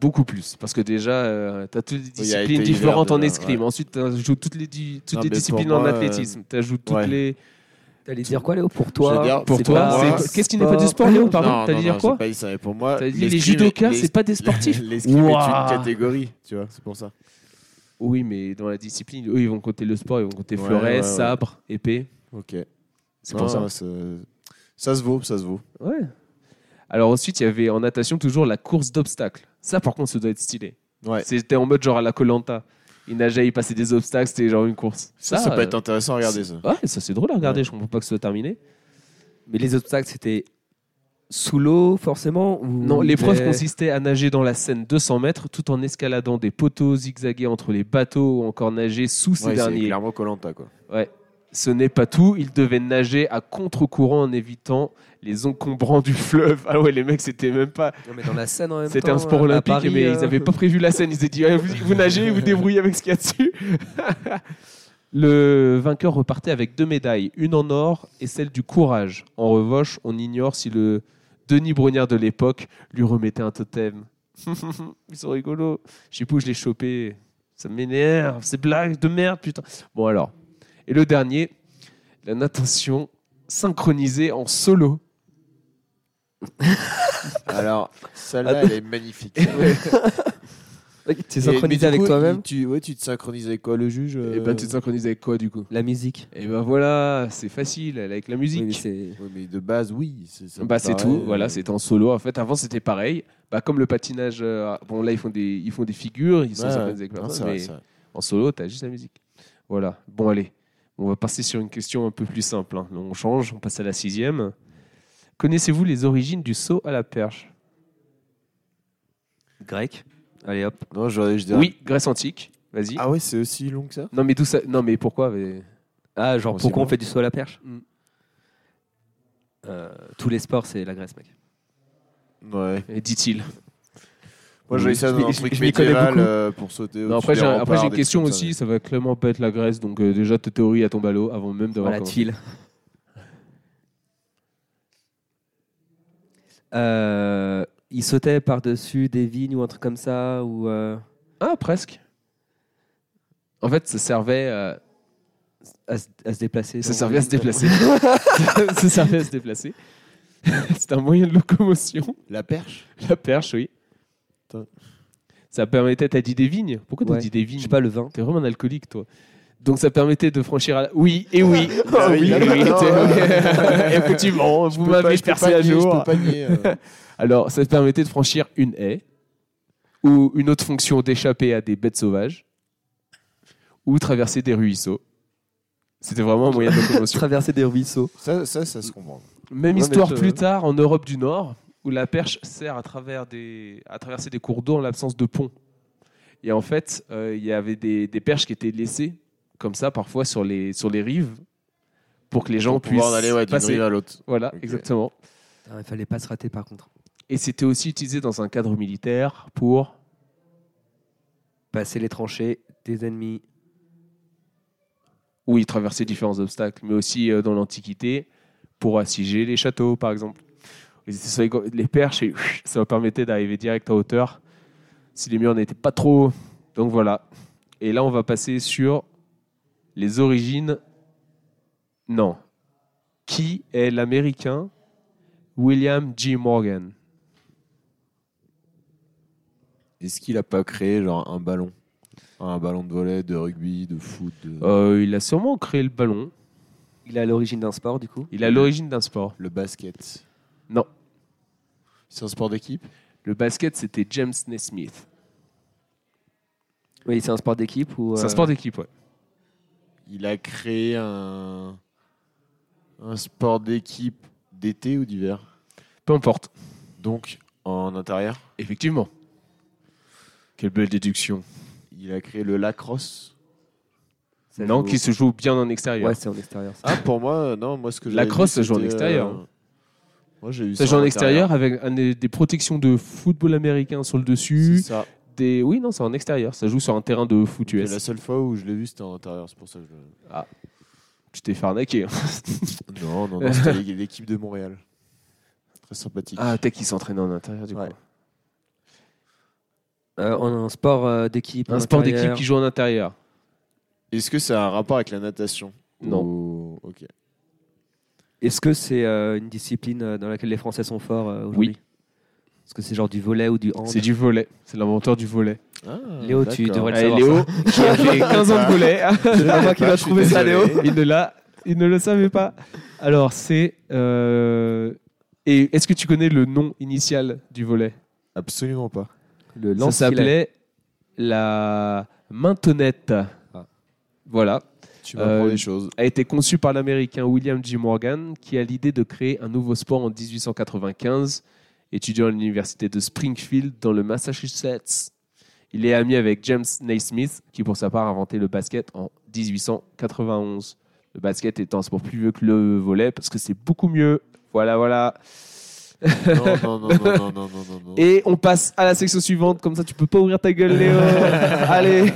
S1: Beaucoup plus. Parce que déjà, tu as toutes les
S3: Il y a
S1: disciplines
S3: été hiver
S1: différentes en
S3: déjà,
S1: escrime. Ensuite, tu joues toutes les, di- toutes
S3: Non,
S1: les
S3: mais pour
S1: disciplines en
S3: moi, euh,
S1: athlétisme. Tu joues toutes
S3: ouais.
S1: les.
S2: T'allais dire quoi, Léo Pour toi
S3: Je veux dire,
S1: Pour
S2: c'est
S1: toi,
S2: pas-
S3: c'est-
S2: un
S1: c'est- qu'est-ce qui n'est pas du sport, Léo Oh, Pardon
S3: Non,
S1: T'as
S3: non,
S1: dit dire
S3: non,
S1: quoi
S3: c'est pas ça. Et pour moi,
S1: T'as dit les
S3: l'escrime-
S1: judokas,
S3: les-
S1: c'est pas des sportifs
S3: (laughs) L'escrime
S1: Ouah.
S3: est une catégorie, tu vois, c'est pour ça.
S1: (laughs) Oui, mais dans la discipline, eux, ils vont compter le sport, ils vont compter
S3: Ouais,
S1: fleuret,
S3: ouais, ouais.
S1: sabre, épée.
S3: Ok.
S1: C'est pour ça.
S3: Ça, ça se vaut, ça se vaut.
S1: Ouais. Alors ensuite, il y avait en natation toujours la course d'obstacles. Ça, par contre, ça doit être stylé.
S3: Ouais.
S1: C'était en mode genre à la Colanta. Il nageait, il passait des obstacles, c'était genre une course.
S3: Ça, ça peut
S1: euh,
S3: être intéressant à regarder, ça.
S1: Ouais, ça c'est drôle à regarder, je comprends pas que ce soit terminé.
S2: Mais les obstacles, c'était sous l'eau, forcément ou
S1: Non, l'épreuve
S2: des-
S1: consistait à nager dans la Seine 200 mètres tout en escaladant des poteaux zigzagués entre les bateaux ou encore nager sous ces
S3: Ouais, c'est
S1: derniers.
S3: clairement Colanta, quoi.
S1: Ce n'est pas tout, ils devaient nager à contre-courant en évitant les encombrants du fleuve. (laughs) Ah ouais, les mecs, c'était même pas.
S2: Non, mais dans la scène en même temps.
S1: C'était un sport
S2: à
S1: olympique,
S2: Paris,
S1: mais
S2: euh,
S1: ils n'avaient pas prévu la scène. Ils s'étaient dit, Ouais, vous, vous nagez, vous débrouillez avec ce qu'il y a dessus. (laughs) Le vainqueur repartait avec deux médailles, une en or et celle du courage. En revanche, on ignore si le Denis Brognard de l'époque lui remettait un totem. (laughs) Ils sont rigolos. Je sais pas où je l'ai chopé. Ça m'énerve, ces blagues de merde, putain. Bon alors. Et le dernier, la natation synchronisée en solo.
S3: Alors,
S1: Ah,
S3: celle-là, elle est magnifique.
S2: (laughs)
S1: (laughs)
S2: Tu es
S3: Et- mais du
S2: synchronisé avec
S3: coup,
S2: toi-même
S3: il- Tu, ouais, tu te synchronises avec quoi, le juge
S1: Et ben tu te synchronises avec quoi du coup
S2: La musique.
S1: Et ben voilà, c'est facile, elle est avec la musique.
S2: Oui, mais c'est-
S3: Oui, euh mais de base, oui. c'est- ça me
S1: bah c'est
S3: paraît,
S1: tout,
S3: euh,
S1: voilà, c'était en solo. En fait, avant c'était pareil. Bah comme le patinage, euh, bon là ils font des, ils font des figures, ils sont
S3: ouais,
S1: synchronisés avec
S3: non,
S1: personne,
S3: c'est vrai,
S1: mais
S3: c'est vrai.
S1: en solo t'as juste la musique. Voilà. Bon allez, on va passer sur une question un peu plus simple. hein. On change, on passe à la sixième. Connaissez-vous les origines du saut à la perche
S2: Grec. Allez hop.
S3: Non, j'aurais- je dirais-
S1: Oui, Grèce antique. Vas-y.
S3: Ah ouais, c'est aussi long que ça
S1: Non mais d'où ça Non mais pourquoi mais-
S2: Ah, genre
S3: Bon, c'est
S2: pourquoi
S3: bon.
S2: on fait du saut à la perche
S1: Mm.
S2: Euh, Tous les sports, c'est la Grèce, mec.
S3: Ouais.
S1: eh, Dit-il.
S3: Moi, j'aurais essayé
S2: Mm. Je
S3: dans un
S2: m'y- je
S3: truc
S2: m'y connais
S3: médiéval
S2: beaucoup.
S3: euh, pour sauter
S1: Non,
S3: au-dessus
S1: après,
S3: des
S1: j'ai après,
S3: remparts,
S1: j'ai une
S3: des
S1: question
S3: trucs comme ça.
S1: aussi, ça va clairement pas être la Grèce, donc euh, déjà ta théorie elle tombe à l'eau avant même d'avoir
S2: Voilà,
S1: commencé.
S2: tuile. (laughs) Euh, il sautait par-dessus des vignes ou un truc comme ça ou euh,
S1: Ah, presque. En fait, ça servait, euh,
S2: à, se, à se déplacer.
S1: ça
S2: dans-
S1: servait à se déplacer. (laughs) ça servait à se déplacer. (laughs) C'est un moyen de locomotion.
S3: La perche
S1: La perche, oui.
S3: Putain.
S1: Ça permettait, t'as dit des vignes Pourquoi t'as
S2: Ouais.
S1: dit des
S2: Je
S1: vignes
S2: sais pas, le vin.
S1: T'es vraiment un alcoolique, toi. Donc ça permettait de franchir à la... Oui, et oui. Ah oui,
S3: Ah
S1: oui,
S3: oui, non,
S1: t'es- (laughs)
S3: (laughs) euh,
S1: Effectivement, vous
S3: Je peux pas-
S1: m'avez
S3: je peux
S1: percé
S3: pas
S1: à
S3: nier,
S1: jour.
S3: Je peux pas nier. euh,
S1: Alors, ça te permettait de franchir une haie, ou une autre fonction d'échapper à des bêtes sauvages, ou traverser des ruisseaux. C'était vraiment un moyen de
S3: (laughs)
S1: locomotion.
S2: Traverser des ruisseaux.
S3: (laughs) Ça, ça, ça se comprend.
S1: Même
S2: mais
S1: histoire
S2: ça-
S1: plus tard en Europe du Nord, où la perche sert à, travers des, à traverser des cours d'eau en l'absence de ponts. Et en fait, euh, il y avait des, des perches qui étaient laissées, comme ça, parfois sur les, sur les rives, pour que les gens
S3: Pour
S1: puissent
S3: pouvoir aller ouais, d'une
S1: passer.
S3: rive à l'autre.
S1: Voilà,
S3: Ok.
S1: exactement.
S2: Ah, il fallait pas se rater par contre.
S1: Et c'était aussi utilisé dans un cadre militaire pour
S2: Passer les tranchées des ennemis.
S1: où il traversait différents obstacles, mais aussi euh, dans l'Antiquité pour assiéger les châteaux, par exemple. Ils étaient sur les go- les perches et ça leur permettait d'arriver direct en hauteur si les murs n'étaient pas trop. hauts. Donc voilà. Et là, on va passer sur les origines. Non. qui est l'Américain William G. Morgan.
S3: Est-ce qu'il a pas créé genre un ballon Un ballon de volet, de rugby, de foot de-
S1: Euh, il a sûrement créé le ballon.
S2: Il est à l'origine d'un sport, du coup.
S1: Il a l'origine d'un sport.
S3: Le basket
S1: Non.
S3: C'est un sport d'équipe
S1: Le basket, c'était James Nesmith.
S2: Oui, c'est un sport d'équipe ou.
S1: C'est un
S2: euh,
S1: sport d'équipe, ouais.
S3: Il a créé un, un sport d'équipe d'été ou d'hiver
S1: Peu importe.
S3: Donc en intérieur
S1: Effectivement. Quelle belle déduction.
S3: Il a créé le lacrosse
S2: ça
S1: Non,
S2: joue-
S1: qui se hein. joue bien en extérieur.
S2: Ouais, c'est en extérieur. ça.
S3: Ah pour moi, non, moi ce que j'avais
S1: Lacrosse,
S3: vu,
S1: ça joue en
S3: c'était,
S1: extérieur.
S3: euh, Moi j'ai eu
S1: ça
S3: ça
S1: joue en extérieur avec un des, des protections de football américain sur le
S3: C'est
S1: dessus.
S3: ça.
S1: Des... Oui, non, c'est en extérieur. Ça joue sur un terrain de foot
S3: C'est la
S1: US.
S3: seule fois où je l'ai vu, c'était en intérieur. C'est pour ça que je...
S1: Tu t'es hein. fait arnaquer.
S3: Non, (laughs) non, non, c'était l'équipe de Montréal. Très sympathique.
S1: Ah, t'es qui s'entraînait en intérieur, du
S3: Ouais.
S1: coup.
S2: Euh, on a un sport euh, d'équipe.
S1: Un
S2: en
S1: sport
S2: intérieur.
S1: d'équipe qui joue en intérieur.
S3: Est-ce que ça a un rapport avec la natation
S1: Non.
S3: Ou- Ok.
S2: Est-ce que c'est euh, une discipline euh, dans laquelle les Français sont forts euh, aujourd'hui Est-ce que c'est genre du volet ou du hand
S1: C'est du volet. C'est l'inventeur du volet.
S3: Ah,
S2: Léo, tu
S3: d'accord.
S2: devrais le
S1: Allez,
S2: savoir. Ah.
S1: Léo, qui a
S2: (laughs)
S1: fait 15 ans de volet. (laughs)
S3: Je sais pas, je suis désolé.
S1: Il ne, l'a- il ne le savait pas. Alors, c'est. euh, Et est-ce que tu connais le nom initial du volet
S3: Absolument pas.
S2: Le
S1: Ça
S2: lance-filet.
S1: s'appelait la maintenette.
S2: Ah.
S1: Voilà.
S3: Tu m'apprends
S1: Euh,
S3: des choses.
S1: A été conçu par l'américain William G. Morgan, qui a l'idée de créer un nouveau sport en 1895, étudiant à l'université de Springfield dans le Massachusetts. Il est ami avec James Naismith, qui pour sa part a inventé le basket en 1891. Le basket est un sport plus vieux que le volet parce que c'est beaucoup mieux. Voilà, voilà.
S3: Non, non, non, non, non, non, non, non, non.
S1: Et on passe à la section suivante, comme ça tu peux pas ouvrir ta gueule, Léo. Allez.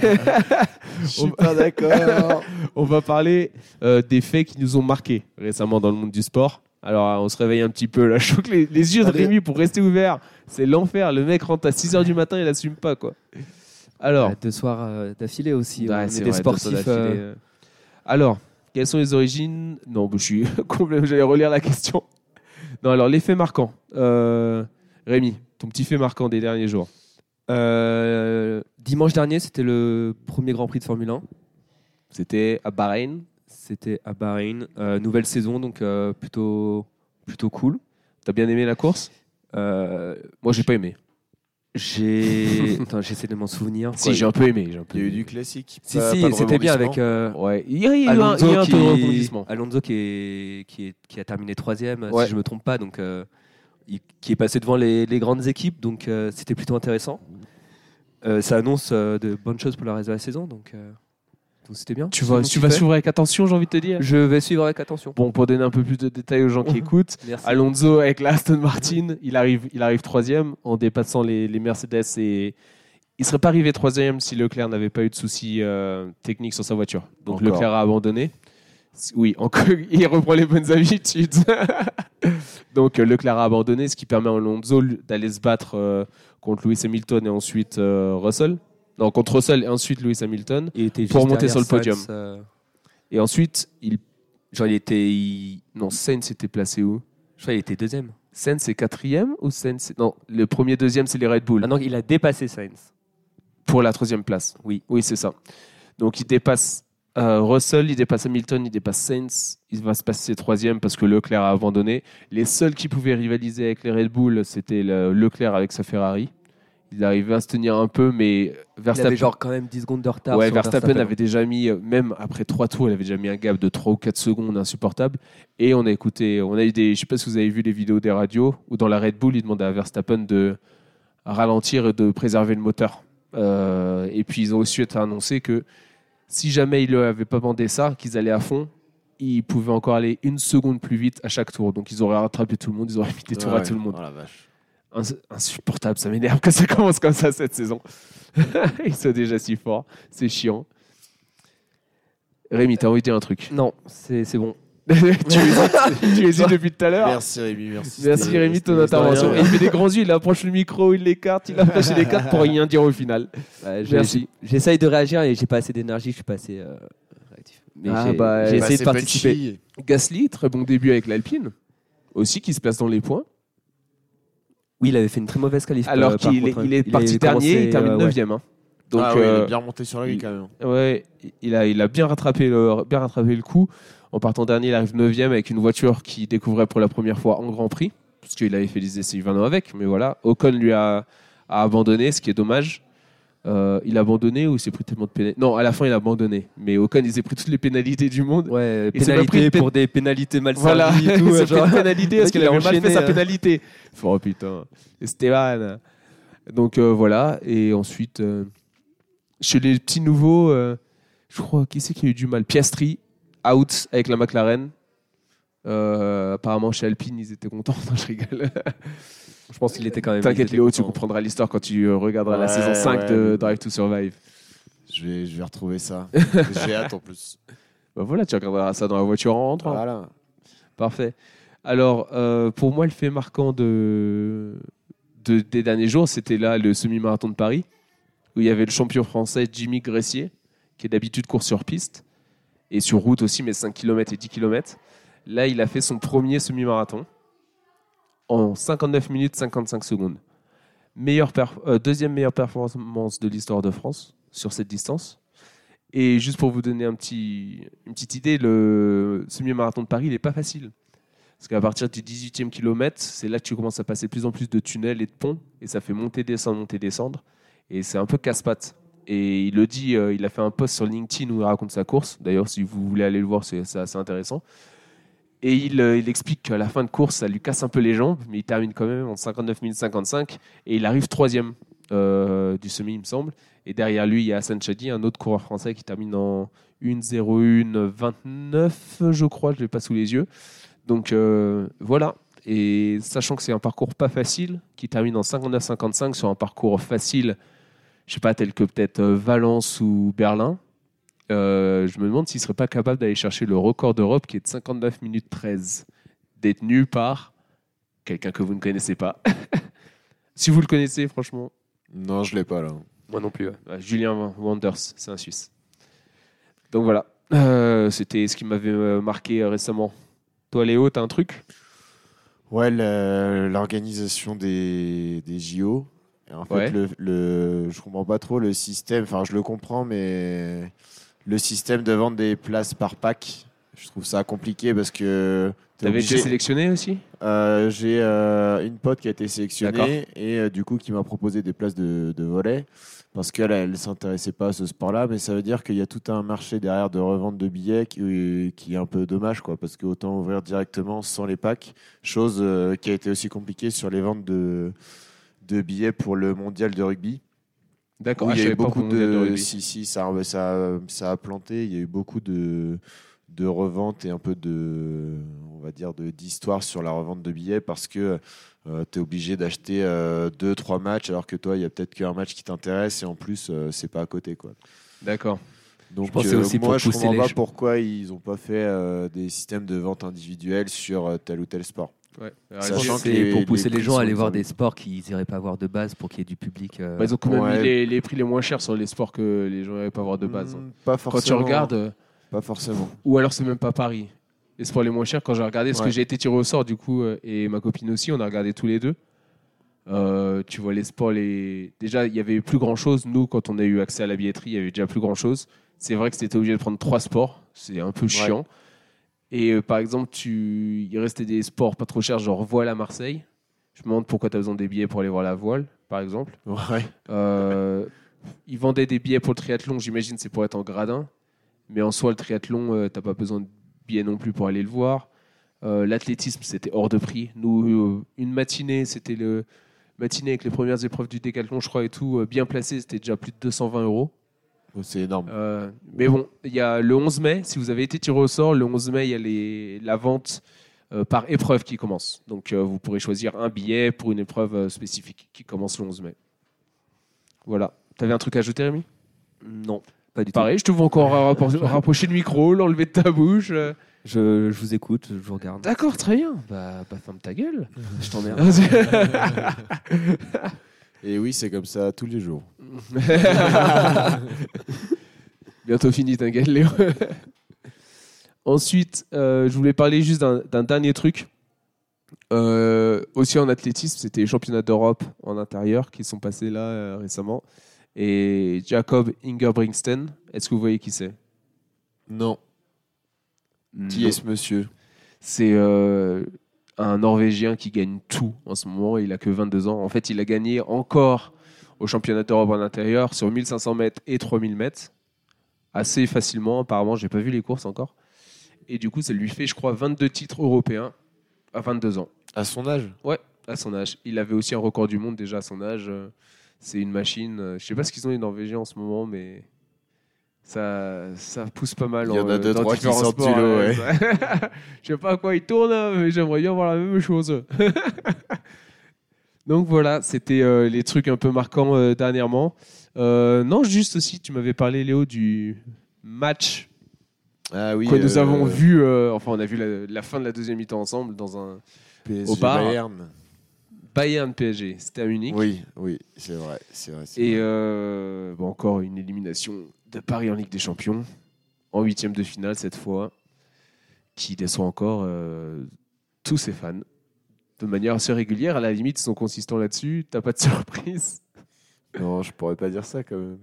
S3: Je suis pas d'accord.
S1: On va parler euh, des faits qui nous ont marqués récemment dans le monde du sport. Alors, euh, on se réveille un petit peu là. (laughs) Je trouve que les, les yeux de
S3: Allez.
S1: Rémi pour rester ouverts, c'est l'enfer. Le mec rentre à 6 h du matin, il assume pas quoi. Alors,
S2: Ouais, deux soirs euh, d'affilée aussi.
S1: Ouais,
S2: on est
S1: c'est
S2: des
S1: vrai,
S2: sportifs.
S1: Toto d'affilée,
S2: euh,
S1: euh. Alors, quelles sont les origines Non, bah, je suis (laughs) complètement. J'allais relire la question. Non, alors, les faits marquants. Euh, Rémi, ton petit fait marquant des derniers jours.
S2: euh, dimanche dernier, c'était le premier Grand Prix de Formule 1.
S1: C'était à Bahreïn.
S2: C'était à Bahreïn. Euh, nouvelle saison, donc euh, plutôt, plutôt cool.
S1: T'as bien aimé la course
S2: Euh,
S1: Moi, j'ai pas aimé.
S2: j'ai.
S1: (laughs)
S2: Attends, j'essaie de m'en souvenir.
S1: Si, j'ai un peu aimé. j'ai un peu
S3: Il y a eu
S1: aimé.
S3: du classique.
S2: Si,
S3: pas-
S2: si,
S3: pas de
S2: c'était bien
S3: rebondissement.
S2: avec. euh,
S1: Ouais, il y a, il y a eu un, il y a
S2: Alonso,
S1: un
S2: qui,
S1: peu de rebondissement.
S2: Alonso qui, est, qui, est- qui a terminé troisième,
S1: Ouais.
S2: si je ne me trompe pas, donc, euh, il- qui est passé devant les, les grandes équipes, donc euh, c'était plutôt intéressant. Euh, ça annonce euh, de bonnes choses pour le reste de la saison, donc euh, donc c'était bien.
S1: Tu, vas-
S2: Sinon,
S1: tu vas
S2: fais
S1: suivre avec attention, j'ai envie de te dire.
S2: Je vais suivre avec attention.
S1: Bon, pour donner un peu plus de détails aux gens qui écoutent,
S2: Merci.
S1: Alonso avec la Aston Martin, il arrive, il arrive troisième en dépassant les, les Mercedes et il serait pas arrivé troisième si Leclerc n'avait pas eu de soucis euh, techniques sur sa voiture. Donc
S3: Encore.
S1: Leclerc a abandonné. S- Oui, encore, (laughs) il reprend les bonnes habitudes. (laughs) Donc euh, Leclerc a abandonné, ce qui permet à Alonso lui, d'aller se battre euh, contre Lewis Hamilton et ensuite euh, Russell. Non, contre Russell et ensuite Lewis Hamilton.
S2: Il était
S1: pour
S2: juste
S1: monter
S2: derrière
S1: sur le podium.
S2: Sainz, euh,
S1: Et ensuite, il
S2: genre, il était, il-
S1: Non, Sainz était placé où
S2: je crois qu'il était deuxième.
S1: Sainz c'est quatrième ou Sainz c'est- Non, le premier, deuxième, c'est les Red Bull.
S2: Ah non, il a dépassé Sainz.
S1: Pour la troisième place.
S2: Oui.
S1: Oui, c'est ça. Donc il dépasse euh, Russell, il dépasse Hamilton, il dépasse Sainz. Il va se passer troisième parce que Leclerc a abandonné. Les seuls qui pouvaient rivaliser avec les Red Bull, c'était le- Leclerc avec sa Ferrari. Il arrivait à se tenir un peu, mais
S2: Il avait
S1: Verstappen,
S2: genre quand même 10 secondes de retard.
S1: ouais,
S2: sur
S1: Verstappen, avait déjà mis, euh, même après trois tours, il avait déjà mis un gap de 3 ou 4 secondes insupportable. Et on a écouté, on a eu des, je sais pas si vous avez vu les vidéos des radios, où dans la Red Bull, il demandait à Verstappen de ralentir et de préserver le moteur. Euh, et puis ils ont aussi été annoncé que si jamais ils n'avaient pas bandé ça, qu'ils allaient à fond, ils pouvaient encore aller une seconde plus vite à chaque tour. Donc ils auraient rattrapé tout le monde, ils auraient (laughs) mis euh, des tours
S3: Ah
S1: à
S3: ouais.
S1: tout le monde.
S3: Oh la vache.
S1: Ins- insupportable, ça m'énerve que ça commence comme ça cette (laughs) saison. Ils sont déjà si forts, c'est chiant. Rémi, t'as envie de dire un truc
S2: Non, c'est c'est bon.
S1: (laughs) Tu hésites tu hésites depuis tout à l'heure
S3: Merci Rémi, merci.
S1: Merci
S3: C'était-
S1: Rémi de ton
S3: c'était-
S1: intervention.
S3: c'était
S1: Il
S3: rien.
S1: fait des grands yeux, il approche le micro, il l'écarte, il approche il l'écarte pour rien dire au final.
S2: Ouais, j'ai-
S1: Merci.
S2: J'essaye de réagir et j'ai pas assez d'énergie, je suis pas assez euh, réactif. mais
S1: Ah,
S2: j'ai
S1: bah,
S2: j'ai
S1: bah,
S3: Bah,
S2: essayé
S3: c'est
S2: de participer.
S3: punchy.
S1: Gasly, très bon début avec l'Alpine. Aussi, qui se place dans les points.
S2: Oui, il avait fait une très mauvaise qualif.
S1: Alors
S2: euh, par
S1: qu'il est,
S2: contre, hein.
S1: il est parti
S2: avait
S1: dernier,
S2: commencé,
S1: il termine
S2: euh, ouais.
S1: 9ème. hein. Donc,
S3: Ah ouais, il
S1: euh,
S3: est bien remonté sur la grille quand même.
S1: Ouais, il a, il a bien, rattrapé le, bien rattrapé le coup. En partant dernier, il arrive 9 avec une voiture qu'il découvrait pour la première fois en Grand Prix, parce qu'il avait fait des essais Hivano avec. Mais voilà, Ocon lui a, a abandonné, ce qui est dommage. Euh, il a abandonné ou il s'est pris tellement de pénalités Non, à la fin, il a abandonné. Mais Ocon, il s'est pris toutes les pénalités du monde.
S2: Ouais,
S1: Il s'est pas pris de
S2: pénalité
S1: pén-
S2: pour des pénalités mal
S1: Voilà,
S2: servies
S1: (laughs)
S2: et tout.
S1: il s'est
S2: euh,
S1: pris
S2: (laughs) genre.
S1: une pénalité
S2: Le
S1: parce
S2: mec,
S1: qu'il
S2: il a
S1: avait mal fait
S2: enchaîné,
S1: sa
S2: euh.
S1: pénalité. Oh putain, Esteban. Donc euh, voilà, et ensuite, euh, chez les petits nouveaux, euh, je crois, qui c'est qui a eu du mal Piastri, out avec la McLaren. Euh, apparemment, chez Alpine, ils étaient contents. (laughs) Non, je
S2: Ah,
S1: rigole.
S2: Je pense qu'il était quand même.
S1: T'inquiète,
S2: il était
S1: Léo, tu
S2: content.
S1: comprendras l'histoire quand tu euh, regarderas la
S3: Ouais,
S1: saison 5 de
S3: ouais.
S1: Drive to Survive.
S3: Je vais, je vais retrouver (laughs) ça. J'ai hâte en plus.
S1: Bah voilà, tu regarderas ça dans la voiture en rentrant.
S3: Voilà.
S1: Parfait. Alors, euh, pour moi, le fait marquant de... de- des derniers jours, c'était là le semi-marathon de Paris, où il y avait le champion français Jimmy Gressier, qui est d'habitude court sur piste, et sur route aussi, mais 5 km et 10 km. Là, il a fait son premier semi-marathon en 59 minutes 55 secondes. Meilleure perf- euh, deuxième meilleure performance de l'histoire de France sur cette distance. Et juste pour vous donner un petit, une petite idée, le semi-marathon de Paris, il n'est pas facile. Parce qu'à partir du 18e kilomètre, c'est là que tu commences à passer de plus en plus de tunnels et de ponts. Et ça fait monter, descendre, monter, descendre. Et c'est un peu casse-pattes. Et il le dit, euh, il a fait un post sur LinkedIn où il raconte sa course. D'ailleurs, si vous voulez aller le voir, c'est c'est assez intéressant. Et il, euh, il explique qu'à la fin de course, ça lui casse un peu les jambes, mais il termine quand même en 59 minutes 55 et il arrive troisième euh, du semi, il me semble. Et derrière lui, il y a Hassan Chadi, un autre coureur français qui termine en 1-0-1-29, je crois, je ne l'ai pas sous les yeux. Donc euh, voilà. Et sachant que c'est un parcours pas facile, qui termine en 59-55 sur un parcours facile, je sais pas, tel que peut-être euh, Valence ou Berlin, euh, je me demande s'il serait pas capable d'aller chercher le record d'Europe qui est de 59 minutes 13, détenu par quelqu'un que vous ne connaissez pas. (laughs) si vous le connaissez, franchement,
S3: Non, je l'ai pas là.
S2: Moi non plus. ouais.
S1: Ouais, Julien Euh, Wanders, c'est un Suisse. Donc voilà, Euh, c'était ce qui m'avait euh, marqué euh, récemment. Toi Léo, t'as un truc
S3: Ouais, le- l'organisation des, des JO. Et en fait,
S1: Ouais.
S3: le, le- je comprends pas trop le système. Enfin, je le comprends, mais le système de vendre des places par pack, je trouve ça compliqué parce que. t'es
S1: T'avais été
S3: obligé-
S1: sélectionné aussi
S3: Euh, j'ai euh, une pote qui a été sélectionnée
S1: D'accord.
S3: et euh, du coup qui m'a proposé des places de, de volet parce qu'elle elle s'intéressait pas à ce sport-là, mais ça veut dire qu'il y a tout un marché derrière de revente de billets qui, euh, qui est un peu dommage quoi parce que autant ouvrir directement sans les packs, chose euh, qui a été aussi compliquée sur les ventes de de billets pour le mondial de rugby.
S1: D'accord,
S3: Où
S1: ah,
S3: il y
S1: je
S3: a eu
S1: savais pas
S3: beaucoup
S1: qu'on venait
S3: de,
S1: rugby.
S3: si si ça ça ça a planté, il y a eu beaucoup de de revente et un peu de on va dire de d'histoire sur la revente de billets parce que tu es obligé d'acheter euh, deux trois matchs alors que toi il y a peut-être qu'un match qui t'intéresse et en plus euh, c'est pas à côté quoi.
S1: D'accord.
S3: Donc euh,
S2: Je pense que c'est aussi
S3: moi
S2: pour
S3: je
S2: pousser
S3: comprends
S2: les
S3: pas
S2: gens.
S3: pourquoi ils ont pas fait euh, des systèmes de vente individuelle sur euh, tel ou tel sport.
S1: Ouais. Alors,
S3: Ça
S1: ils ont-
S3: change. Sachant que
S2: C'est
S3: les-
S2: pour pousser les,
S3: les prix
S2: gens
S3: sont
S2: à aller voir
S3: exorbitants.
S2: des sports qu'ils n'iraient pas voir de base pour qu'il y ait du public. euh,
S1: bah, ils ont quand même
S3: Ouais.
S1: mis les, les prix les moins chers sur les sports que les gens n'avaient pas voir de base. hein.
S3: Hmm, pas
S1: Quand tu
S3: forcément.
S1: regardes, euh,
S3: pas forcément. (laughs)
S1: ou alors c'est même pas Paris. Les sports les moins chers, quand j'ai regardé, parce
S3: Ouais.
S1: que j'ai été tiré au sort du coup, euh, et ma copine aussi, on a regardé tous les deux. Euh, tu vois les sports, les... déjà il y avait plus grand chose. Nous, quand on a eu accès à la billetterie, il y avait déjà plus grand chose. C'est vrai que c'était obligé de prendre trois sports, c'est un peu chiant. Et euh, par exemple, tu... il restait des sports pas trop chers, genre voile à Marseille. Je me demande pourquoi tu as besoin des billets pour aller voir la voile, par exemple.
S3: Ouais.
S1: Euh, ils vendaient des billets pour le triathlon, j'imagine c'est pour être en gradin. Mais en soi, le triathlon, euh, t'as pas besoin de billets non plus pour aller le voir. Euh, L'athlétisme, c'était hors de prix. Nous, euh, une matinée, c'était le matinée avec les premières épreuves du décathlon, je crois, et tout, euh, bien placé, c'était déjà plus de 220 euros.
S3: Bon, C'est énorme.
S1: Euh, mais bon, il y a le 11 mai, si vous avez été tiré au sort, le 11 mai, il y a les, la vente euh, par épreuve qui commence. Donc euh, vous pourrez choisir un billet pour une épreuve euh, spécifique qui commence le 11 mai. Voilà. T'avais un truc à ajouter, Rémi
S2: Non, pas du tout.
S1: Pareil, je te vois (laughs) encore rappro- rapprocher le micro, l'enlever de ta bouche. euh.
S2: Je, je vous écoute, je
S1: (laughs)
S2: vous regarde.
S1: D'accord, très bien. Bah, bah ferme ta gueule.
S2: Je t'emmerde.
S1: (laughs)
S3: Et oui, c'est comme ça tous les jours.
S1: (laughs) Bientôt fini, t'inquiète, Léo. (laughs) Ensuite, euh, je voulais parler juste d'un d'un dernier truc. Euh, aussi en athlétisme, c'était les championnats d'Europe en intérieur qui sont passés là euh, récemment. Et Jacob Ingebrigtsen, est-ce que vous voyez qui c'est
S3: Non.
S1: Hmm.
S3: Qui est ce monsieur
S1: C'est euh, un Norvégien qui gagne tout en ce moment. Il a que 22 ans. En fait, il a gagné encore au championnat d'Europe en intérieur sur 1500 mètres et 3000 mètres assez facilement. Apparemment, j'ai pas vu les courses encore. Et du coup, ça lui fait, je crois, 22 titres européens à 22 ans
S3: À son âge
S1: à son âge. Il avait aussi un record du monde déjà à son âge. Euh, C'est une machine. euh, Je sais pas ce qu'ils ont les Norvégiens en ce moment, mais ça, ça pousse pas mal.
S3: Il y en a
S1: euh,
S3: deux,
S1: dans
S3: trois qui
S1: différents
S3: sortent du
S1: sports,
S3: lot,
S1: euh,
S3: ouais.
S1: ça. (laughs) Je sais pas à quoi ils tournent, hein, mais j'aimerais bien voir la même chose. (laughs) Donc voilà, c'était euh, les trucs un peu marquants euh, dernièrement. Euh, non, juste aussi, tu m'avais parlé, Léo, du match
S3: Ah oui.
S1: que nous
S3: euh,
S1: avons vu. euh, enfin, on a vu la, la fin de la deuxième mi-temps ensemble dans un
S3: PSG
S1: au bar.
S3: Bayern.
S1: Bayern PSG. C'était à Munich.
S3: Oui, oui, c'est vrai, c'est vrai. c'est
S1: Et
S3: vrai.
S1: euh, bon, encore une élimination de Paris en Ligue des Champions, en huitième de finale cette fois, qui déçoit encore euh, tous ses fans de manière assez régulière. À la limite, ils sont consistants là-dessus. T'as pas de (laughs) surprise.
S3: Non, je pourrais pas dire ça
S1: (laughs)
S3: quand même.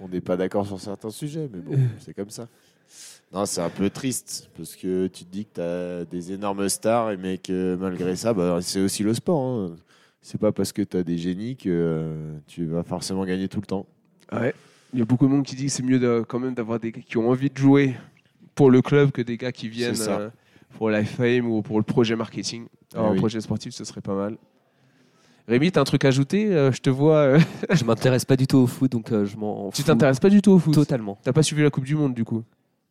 S3: On n'est pas d'accord sur certains sujets,
S1: (laughs)
S3: mais bon, c'est comme ça. Non, c'est un peu triste parce que tu te dis que tu as des énormes stars, et mais que malgré ça, bah, c'est aussi le sport. hein. C'est pas parce que tu as des génies que euh, tu vas forcément gagner tout
S1: (laughs)
S3: le temps.
S1: Ouais. Il y a beaucoup de monde qui dit que c'est mieux de- quand même d'avoir des gars qui ont envie de jouer pour le club que des gars qui viennent
S3: ça.
S1: euh, pour la fame ou pour le projet marketing. Alors,
S3: Eh
S1: un
S3: oui.
S1: projet sportif, ce serait pas mal. Rémi, t'as un truc à ajouter Euh, Je te vois. euh,
S2: Je m'intéresse pas du tout au foot, donc euh, je m'en.
S1: tu
S2: fous
S1: t'intéresses pas du tout au foot
S2: Totalement.
S1: T'as pas suivi la Coupe du Monde du coup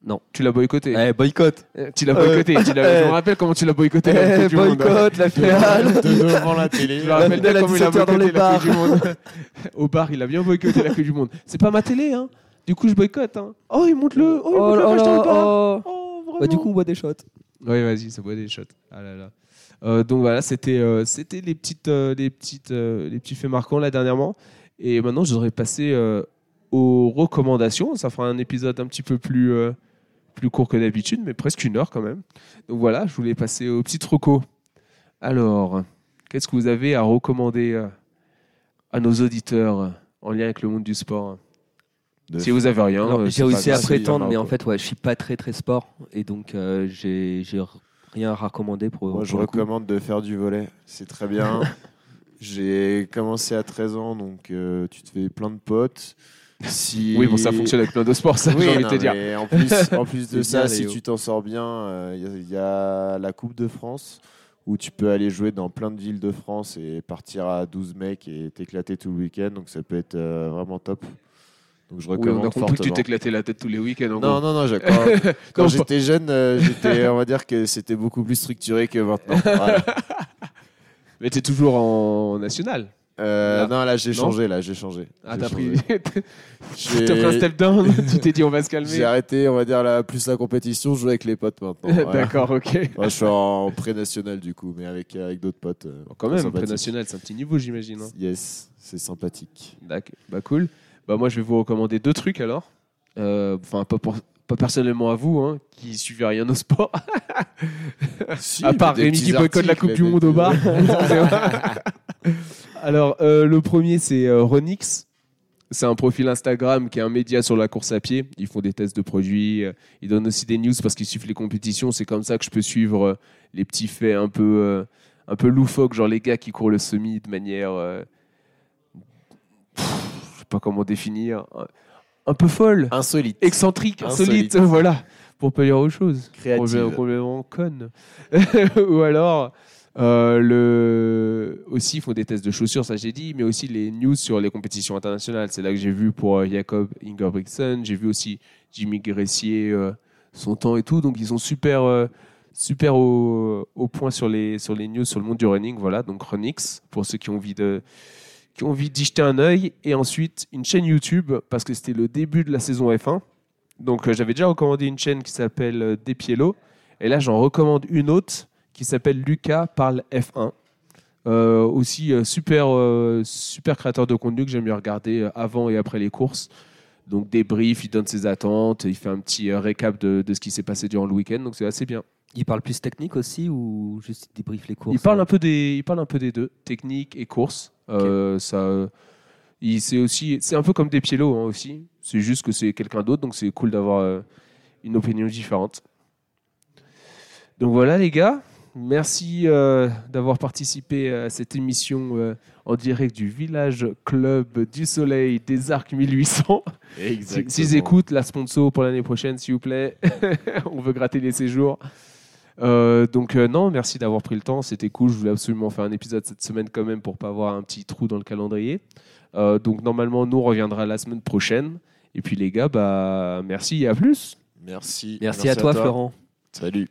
S2: Non.
S1: Tu l'as boycotté.
S2: Eh, boycott
S1: Euh, Tu l'as boycotté. tu l'as- je me rappelle comment tu l'as boycotté Eh, la Coupe du Monde.
S2: Boycott, la finale
S3: De devant la télé.
S1: Je me rappelle
S2: La finale
S1: bien
S2: à
S1: comment il a
S2: 17 heures dans
S1: boycotté
S2: les
S1: la Coupe du Monde. Au bar, il a bien boycotté la Coupe du Monde. C'est pas ma télé, hein. Du coup, je boycotte. Hein. Oh, il monte le. Oh, il monte le match dans le bar. Oh, vraiment.
S2: Bah, du coup, on boit des shots.
S1: Ouais, vas-y, ça boit des shots. Ah là là. Euh, donc voilà, c'était euh, c'était les petites euh, les petites euh, les petits faits marquants là dernièrement. Et maintenant, je voudrais passer euh, aux recommandations. Ça fera un épisode un petit peu plus euh, plus court que d'habitude, mais presque une heure quand même. Donc voilà, je voulais passer aux petites recos. Alors, qu'est-ce que vous avez à recommander euh, à nos auditeurs euh, en lien avec le monde du sport
S3: De-
S1: Si vous avez rien,
S2: Alors,
S1: euh,
S2: j'ai
S1: c'est pas
S2: réussi à
S1: grave.
S3: c'est bien
S2: prétendre, mais en
S3: marrant,
S2: fait, ouais, je suis pas très très sport, et donc euh, j'ai j'ai r- rien à recommander pour.
S3: Moi,
S2: pour
S3: je
S2: le coup.
S3: recommande de faire du volet. C'est
S1: (laughs)
S3: très bien. J'ai commencé à 13 ans, donc euh, tu te fais plein de potes. Si...
S1: Oui, bon, ça fonctionne avec plein de sports, ça, (laughs)
S3: Oui,
S1: j'ai envie de
S3: non,
S1: te dire.
S3: mais
S1: (laughs)
S3: En plus, en plus de
S2: C'est bien,
S3: ça, si
S2: Léo.
S3: tu t'en sors bien, il y, a la Coupe de France où tu peux aller jouer dans plein de villes de France et partir à 12 mecs et t'éclater tout le week-end. Donc ça peut être euh, vraiment top. Donc je
S1: Oui, on a
S3: recommande
S1: compris que tu
S3: fortement.
S1: t'éclatais la tête tous les week-ends. en
S3: Non,
S1: gros.
S3: non, non,
S1: (laughs)
S3: je- quand, quand
S1: Non,
S3: j'étais jeune, euh, j'étais, on va dire que c'était beaucoup plus structuré
S1: (laughs)
S3: que maintenant. Voilà.
S1: Mais t'es toujours en national.
S3: Euh,
S1: Là.
S3: non, là, j'ai
S1: Non
S3: changé, là, j'ai changé.
S1: Ah,
S3: J'ai
S1: (laughs) t'as pris, (laughs)
S3: changé.
S1: t'as pris un
S3: J'ai-
S1: step down, tu t'es dit on va se (laughs)
S3: J'ai
S1: calmer.
S3: arrêté, on va dire, la, plus la compétition, je joue avec les
S1: (laughs)
S3: potes maintenant. voilà.
S1: D'accord, ok.
S3: Moi, je suis en pré-national du coup, mais avec, avec d'autres potes. euh,
S1: Bon, quand
S3: très
S1: même,
S3: sympathiques.
S1: pré-national, c'est un petit niveau, j'imagine. hein.
S3: Yes,
S1: (laughs)
S3: c'est sympathique.
S1: D'accord, bah cool. Bah moi, je vais vous recommander deux trucs alors. Euh, Enfin, pas, pour- pas personnellement à vous, hein, qui suivez rien au sport,
S3: Si,
S1: à
S3: mais
S1: part
S3: des
S1: Rémi
S3: petits
S1: qui boycotte la
S3: articles,
S1: Coupe du
S3: des
S1: Monde au
S3: petits- (laughs)
S1: bar. (laughs) alors, euh, le premier, c'est euh, Ronix. C'est un profil Instagram qui est un média sur la course à pied. Ils font des tests de produits. euh, Ils donnent aussi des news parce qu'ils suivent les compétitions. C'est comme ça que je peux suivre euh, les petits faits un peu, euh, un peu loufoques, genre les gars qui courent le semi de manière. euh, pff, je sais pas comment définir. Un- Un peu folle,
S3: Insolite.
S1: excentrique, insolite, (laughs)
S3: Insolite.
S1: voilà. Pour pas dire autre chose.
S3: Créative.
S1: Complé- Complètement conne. (laughs) Ou alors, euh, le... aussi, ils font des tests de chaussures, ça j'ai dit, mais aussi les news sur les compétitions internationales. C'est là que j'ai vu pour euh, Jacob Ingebrigtsen, j'ai vu aussi Jimmy Gressier, euh, son temps et tout. Donc, ils sont super, euh, super au, au point sur les, sur les news sur le monde du running. Voilà, donc Runix, pour ceux qui ont envie de qui ont envie d'y jeter un œil, et ensuite une chaîne YouTube, parce que c'était le début de la saison F1. Donc euh, j'avais déjà recommandé une chaîne qui s'appelle euh, Despiello, et là, j'en recommande une autre qui s'appelle Lucas parle F1. Euh, aussi euh, super euh, super créateur de contenu que j'aime bien regarder euh, avant et après les courses. Donc débrief, il donne ses attentes, il fait un petit euh, récap de, de ce qui s'est passé durant le week-end, donc c'est assez bien.
S2: Il parle plus technique aussi ou juste il débriefe les courses
S1: Il parle un peu des, il parle un peu des deux, technique et course. Euh, ça, euh, il c'est aussi, c'est un peu comme des piélos hein, aussi. C'est juste que c'est quelqu'un d'autre, donc c'est cool d'avoir euh, une opinion différente. Donc voilà les gars, merci euh, d'avoir participé à cette émission euh, en direct du village club du Soleil des Arcs 1800. Si- S'ils écoutent la sponsor pour l'année prochaine, s'il vous plaît, (laughs) on veut gratter les séjours. Euh, donc euh, non, merci d'avoir pris le temps, c'était cool. Je voulais absolument faire un épisode cette semaine quand même pour pas avoir un petit trou dans le calendrier. Euh, donc normalement, nous on reviendra la semaine prochaine. Et puis les gars, bah merci et à plus.
S3: Merci.
S2: Merci à toi, Florent.
S3: Salut.